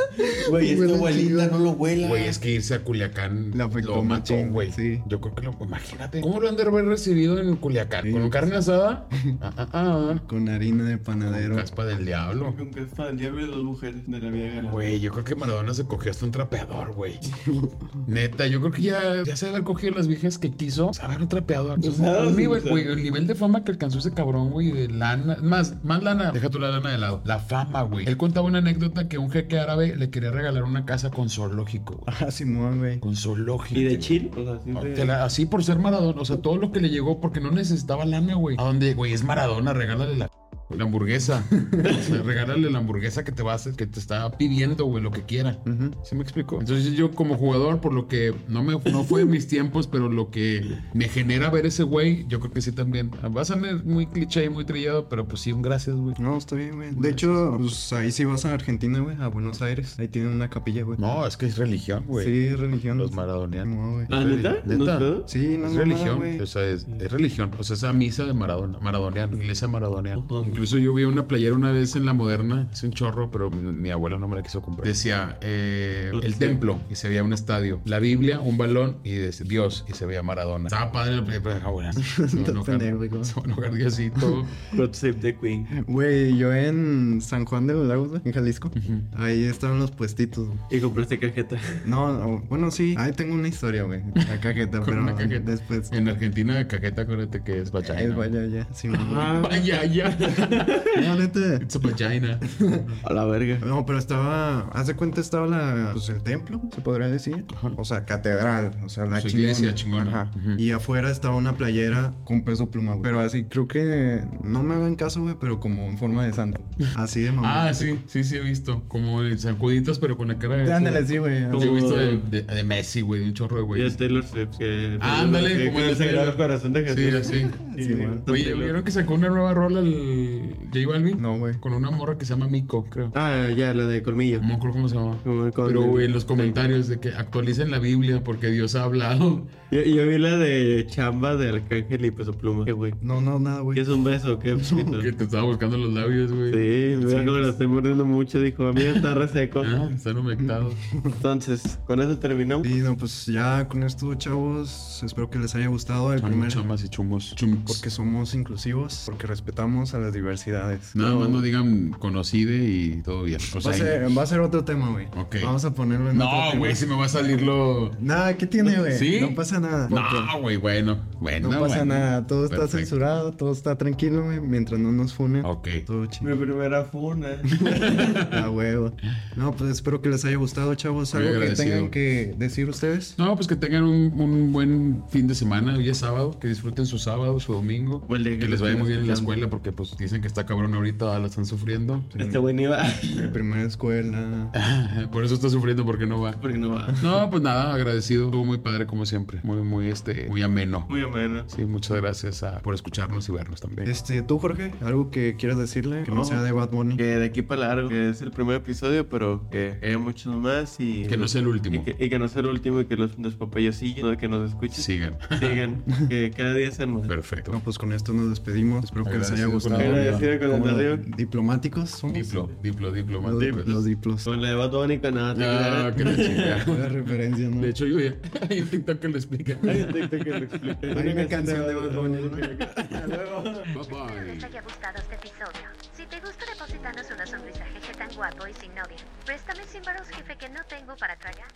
Speaker 6: Güey, es
Speaker 4: Huele
Speaker 6: tu abuelita,
Speaker 4: chido.
Speaker 6: no lo huela.
Speaker 5: Güey, es que irse a Culiacán
Speaker 4: Le afectó
Speaker 5: lo mató,
Speaker 4: machín,
Speaker 5: güey.
Speaker 4: sí.
Speaker 5: Yo creo que lo, imagínate. ¿Cómo lo han de haber recibido en Culiacán?
Speaker 4: Sí.
Speaker 5: ¿Con carne asada? Ah, ah, ah.
Speaker 4: Con harina de panadero.
Speaker 5: Caspa del diablo.
Speaker 6: Con que es para el diablo y las mujeres de la vida ganada.
Speaker 5: Güey, yo creo que Maradona se cogió hasta un trapeador, güey. Neta, yo creo que ya, ya se debe haber cogido las viejas que quiso. Saber un trapeador.
Speaker 6: Pues nada,
Speaker 5: Un
Speaker 6: sí,
Speaker 5: nivel,
Speaker 6: o sea.
Speaker 5: güey, el nivel de fama que alcanzó ese cabrón, güey, de lana. Más, más lana. Deja tu la lana de lado. La fama, güey. Él contaba una anécdota que un jeque árabe le quería regalar una casa con zoológico, güey.
Speaker 4: Ah, Simón, güey.
Speaker 5: Con zoológico.
Speaker 6: Y de chill. O sea,
Speaker 5: Ah,
Speaker 6: siempre-
Speaker 5: que la- así por ser Maradona, o sea, todo lo que le llegó porque no necesitaba lana, güey. A donde, güey, es Maradona, regálale la, la hamburguesa. O sea, regálale la hamburguesa que te va a hacer, que te está pidiendo, güey, lo que quiera. ¿Sí me explico? Entonces yo como jugador, por lo que no me no fue en mis tiempos, pero lo que me genera ver ese güey, yo creo que sí también. Va a sonar muy cliché y muy trillado, pero pues sí, un gracias, güey.
Speaker 4: No, está bien, güey. De hecho, pues ahí sí vas a Argentina, güey, a Buenos Aires. Ahí tienen una capilla, güey.
Speaker 5: No, es que es religión, güey.
Speaker 4: Sí, religión.
Speaker 5: Los maradonianos.
Speaker 4: Simón, güey.
Speaker 6: Ah, ¿neta? ¿No
Speaker 5: ¿Neta?
Speaker 6: es pedo?
Speaker 4: Sí, no
Speaker 5: Es
Speaker 4: mamada,
Speaker 5: religión,
Speaker 4: güey.
Speaker 5: o sea, es, es religión, o sea, esa misa de Maradona, maradoniana, iglesia maradoniana.
Speaker 6: No,
Speaker 5: Incluso yo vi una playera una vez en la moderna, es un chorro, pero
Speaker 11: Mi, mi abuela no me la quiso comprar.
Speaker 5: decía eh, el
Speaker 6: Sí.
Speaker 5: templo y se veía un estadio, la Biblia, un balón y de- Dios y se veía Maradona. Estaba padre la playera, pero ahora se van a enojar-
Speaker 4: Pendejo.
Speaker 5: se van a enojar de así todo.
Speaker 6: God Save the Queen.
Speaker 4: Güey, yo en San Juan de los Lagos, güey, en Jalisco, ahí estaban los puestitos. güey.
Speaker 6: Y compraste cajeta.
Speaker 4: No, o- bueno, sí, ahí tengo una historia, güey. La cajeta,
Speaker 5: Con
Speaker 4: pero
Speaker 5: una cajeta.
Speaker 4: después.
Speaker 5: En Argentina, cajeta, acuérdate que es vagina.
Speaker 4: Es vaya, ya. Sí,
Speaker 6: Ah,
Speaker 5: Vaya, ya.
Speaker 4: no, neta.
Speaker 5: It's a vagina.
Speaker 6: a la verga.
Speaker 4: No, pero estaba, hace cuenta estaba la, pues el templo, se podría decir. O sea, catedral, o sea, la
Speaker 5: Su
Speaker 4: chingona.
Speaker 5: iglesia chingona.
Speaker 4: Ajá.
Speaker 5: Ujú.
Speaker 4: Y afuera estaba una playera con peso pluma, güey. Pero así, creo que, no me hagan caso, güey, pero como en forma de santo. Así de mamá.
Speaker 5: Ah, sí, sí, sí he visto. Como el sacuditas, pero con la cara de.
Speaker 4: Ándale, sí, güey.
Speaker 5: Sí, he visto de,
Speaker 6: Como-
Speaker 5: de- de Messi, güey, de un chorro de
Speaker 6: Y este,
Speaker 5: güey.
Speaker 6: el Taylor Swift que...
Speaker 5: Ah, ándale,
Speaker 6: que-
Speaker 5: como
Speaker 6: que
Speaker 5: el
Speaker 6: se ganó
Speaker 5: Taylor.
Speaker 6: el corazón de
Speaker 5: Sí,
Speaker 6: Jesús.
Speaker 5: así.
Speaker 6: Sí, güey.
Speaker 5: Oye, ¿vieron que sacó una nueva rola el J Balvin?
Speaker 4: No, güey.
Speaker 5: Con una morra que se llama Miko, creo.
Speaker 6: Ah, ya, la de colmillo.
Speaker 5: No me acuerdo cómo se llama.
Speaker 6: Como el
Speaker 5: Pero,
Speaker 6: colmillo.
Speaker 5: güey, en los comentarios de que actualicen la Biblia porque Dios ha hablado.
Speaker 6: Yo, yo vi la de chamba de Arcángel y Peso Pluma. Qué güey.
Speaker 4: No, no, nada,
Speaker 6: ¿Qué
Speaker 4: güey.
Speaker 6: es un beso? ¿Qué poquito.
Speaker 5: Que
Speaker 6: Sí,
Speaker 5: te estaba volcando los labios, güey.
Speaker 6: me veo que me lo estoy mordiendo mucho. Dijo, a mí está reseco.
Speaker 5: Ah, están humectados.
Speaker 6: Entonces, con eso terminamos.
Speaker 4: Y no, pues ya con esto, chavos, espero que les haya gustado el
Speaker 5: Chum-
Speaker 4: primer...
Speaker 5: Chamas y chumos.
Speaker 4: Porque somos inclusivos, porque respetamos a las diversidades.
Speaker 5: Nada más no digan conocide y todo bien. O
Speaker 4: Va
Speaker 5: sea,
Speaker 4: a ser, va a ser otro tema, güey.
Speaker 5: Ok.
Speaker 4: Vamos a ponerlo en otro
Speaker 5: no,
Speaker 4: tema.
Speaker 5: güey, si me va a salir lo.
Speaker 4: Nada, ¿qué tiene, güey?
Speaker 5: ¿Sí?
Speaker 4: No pasa nada.
Speaker 5: No, güey, bueno. Bueno,
Speaker 4: No pasa
Speaker 5: bueno.
Speaker 4: nada, todo
Speaker 5: Perfecto.
Speaker 4: está censurado, todo está tranquilo, güey, mientras no nos funen.
Speaker 5: Ok.
Speaker 4: Todo
Speaker 6: Mi
Speaker 4: chido.
Speaker 6: primera funa.
Speaker 4: A huevo. No, pues espero que les haya gustado, chavos.
Speaker 5: Muy
Speaker 4: Algo que
Speaker 5: agradecido.
Speaker 4: tengan que decir ustedes.
Speaker 5: No, pues que tengan un, un buen fin de semana. Hoy es sábado. Que disfruten su sábado, su domingo.
Speaker 6: O el día
Speaker 5: que
Speaker 6: que
Speaker 5: les vaya
Speaker 6: estén
Speaker 5: muy bien en la
Speaker 6: escuchando.
Speaker 5: escuela porque pues dicen que está cabrón ahorita, ah, la están sufriendo.
Speaker 6: Este güey ni va.
Speaker 4: Mi primera escuela.
Speaker 5: Por eso está sufriendo porque no va.
Speaker 6: Porque no va.
Speaker 5: No, pues nada, agradecido. Estuvo muy padre como siempre. Muy, muy, este, muy ameno.
Speaker 6: Muy ameno.
Speaker 5: Sí, muchas gracias a- por escucharnos y vernos también.
Speaker 4: Este, tú, Jorge, algo que quieras decirle que no,
Speaker 6: No.
Speaker 4: sea de Bad Bunny.
Speaker 6: Que de aquí para largo, que es el primer episodio, pero que haya muchos más y...
Speaker 5: Que no sea el
Speaker 6: y
Speaker 5: último.
Speaker 6: que, y que no sea el último y que los, los papayos sigan, que nos escuchen.
Speaker 5: Sigan.
Speaker 6: Sigan, que cada día sean más.
Speaker 5: Perfecto.
Speaker 4: No, pues con esto nos despedimos. Espero que les haya
Speaker 5: Agradecido con
Speaker 4: gustado.
Speaker 5: el
Speaker 6: Agradecido con el
Speaker 4: Como
Speaker 6: Darío.
Speaker 4: Diplomáticos somos.
Speaker 5: Diplo, diplo, diplo.
Speaker 4: Los,
Speaker 5: mande, pues.
Speaker 4: los diplos.
Speaker 6: Con la de Batónica, nada, te
Speaker 5: Ah,
Speaker 6: quedará.
Speaker 5: qué la chingada.
Speaker 4: La referencia, ¿no?
Speaker 5: De hecho, yo ya. Hay un TikTok que lo explica. Bye
Speaker 4: Hay una canción de Bad Bunny, ¿no?
Speaker 12: Espero les
Speaker 5: bye.
Speaker 12: haya gustado este episodio. Si te gusta, deposítanos una sonrisa jeje tan guapo y sin novia. Préstame sin varos, jefe, que no tengo para tragar.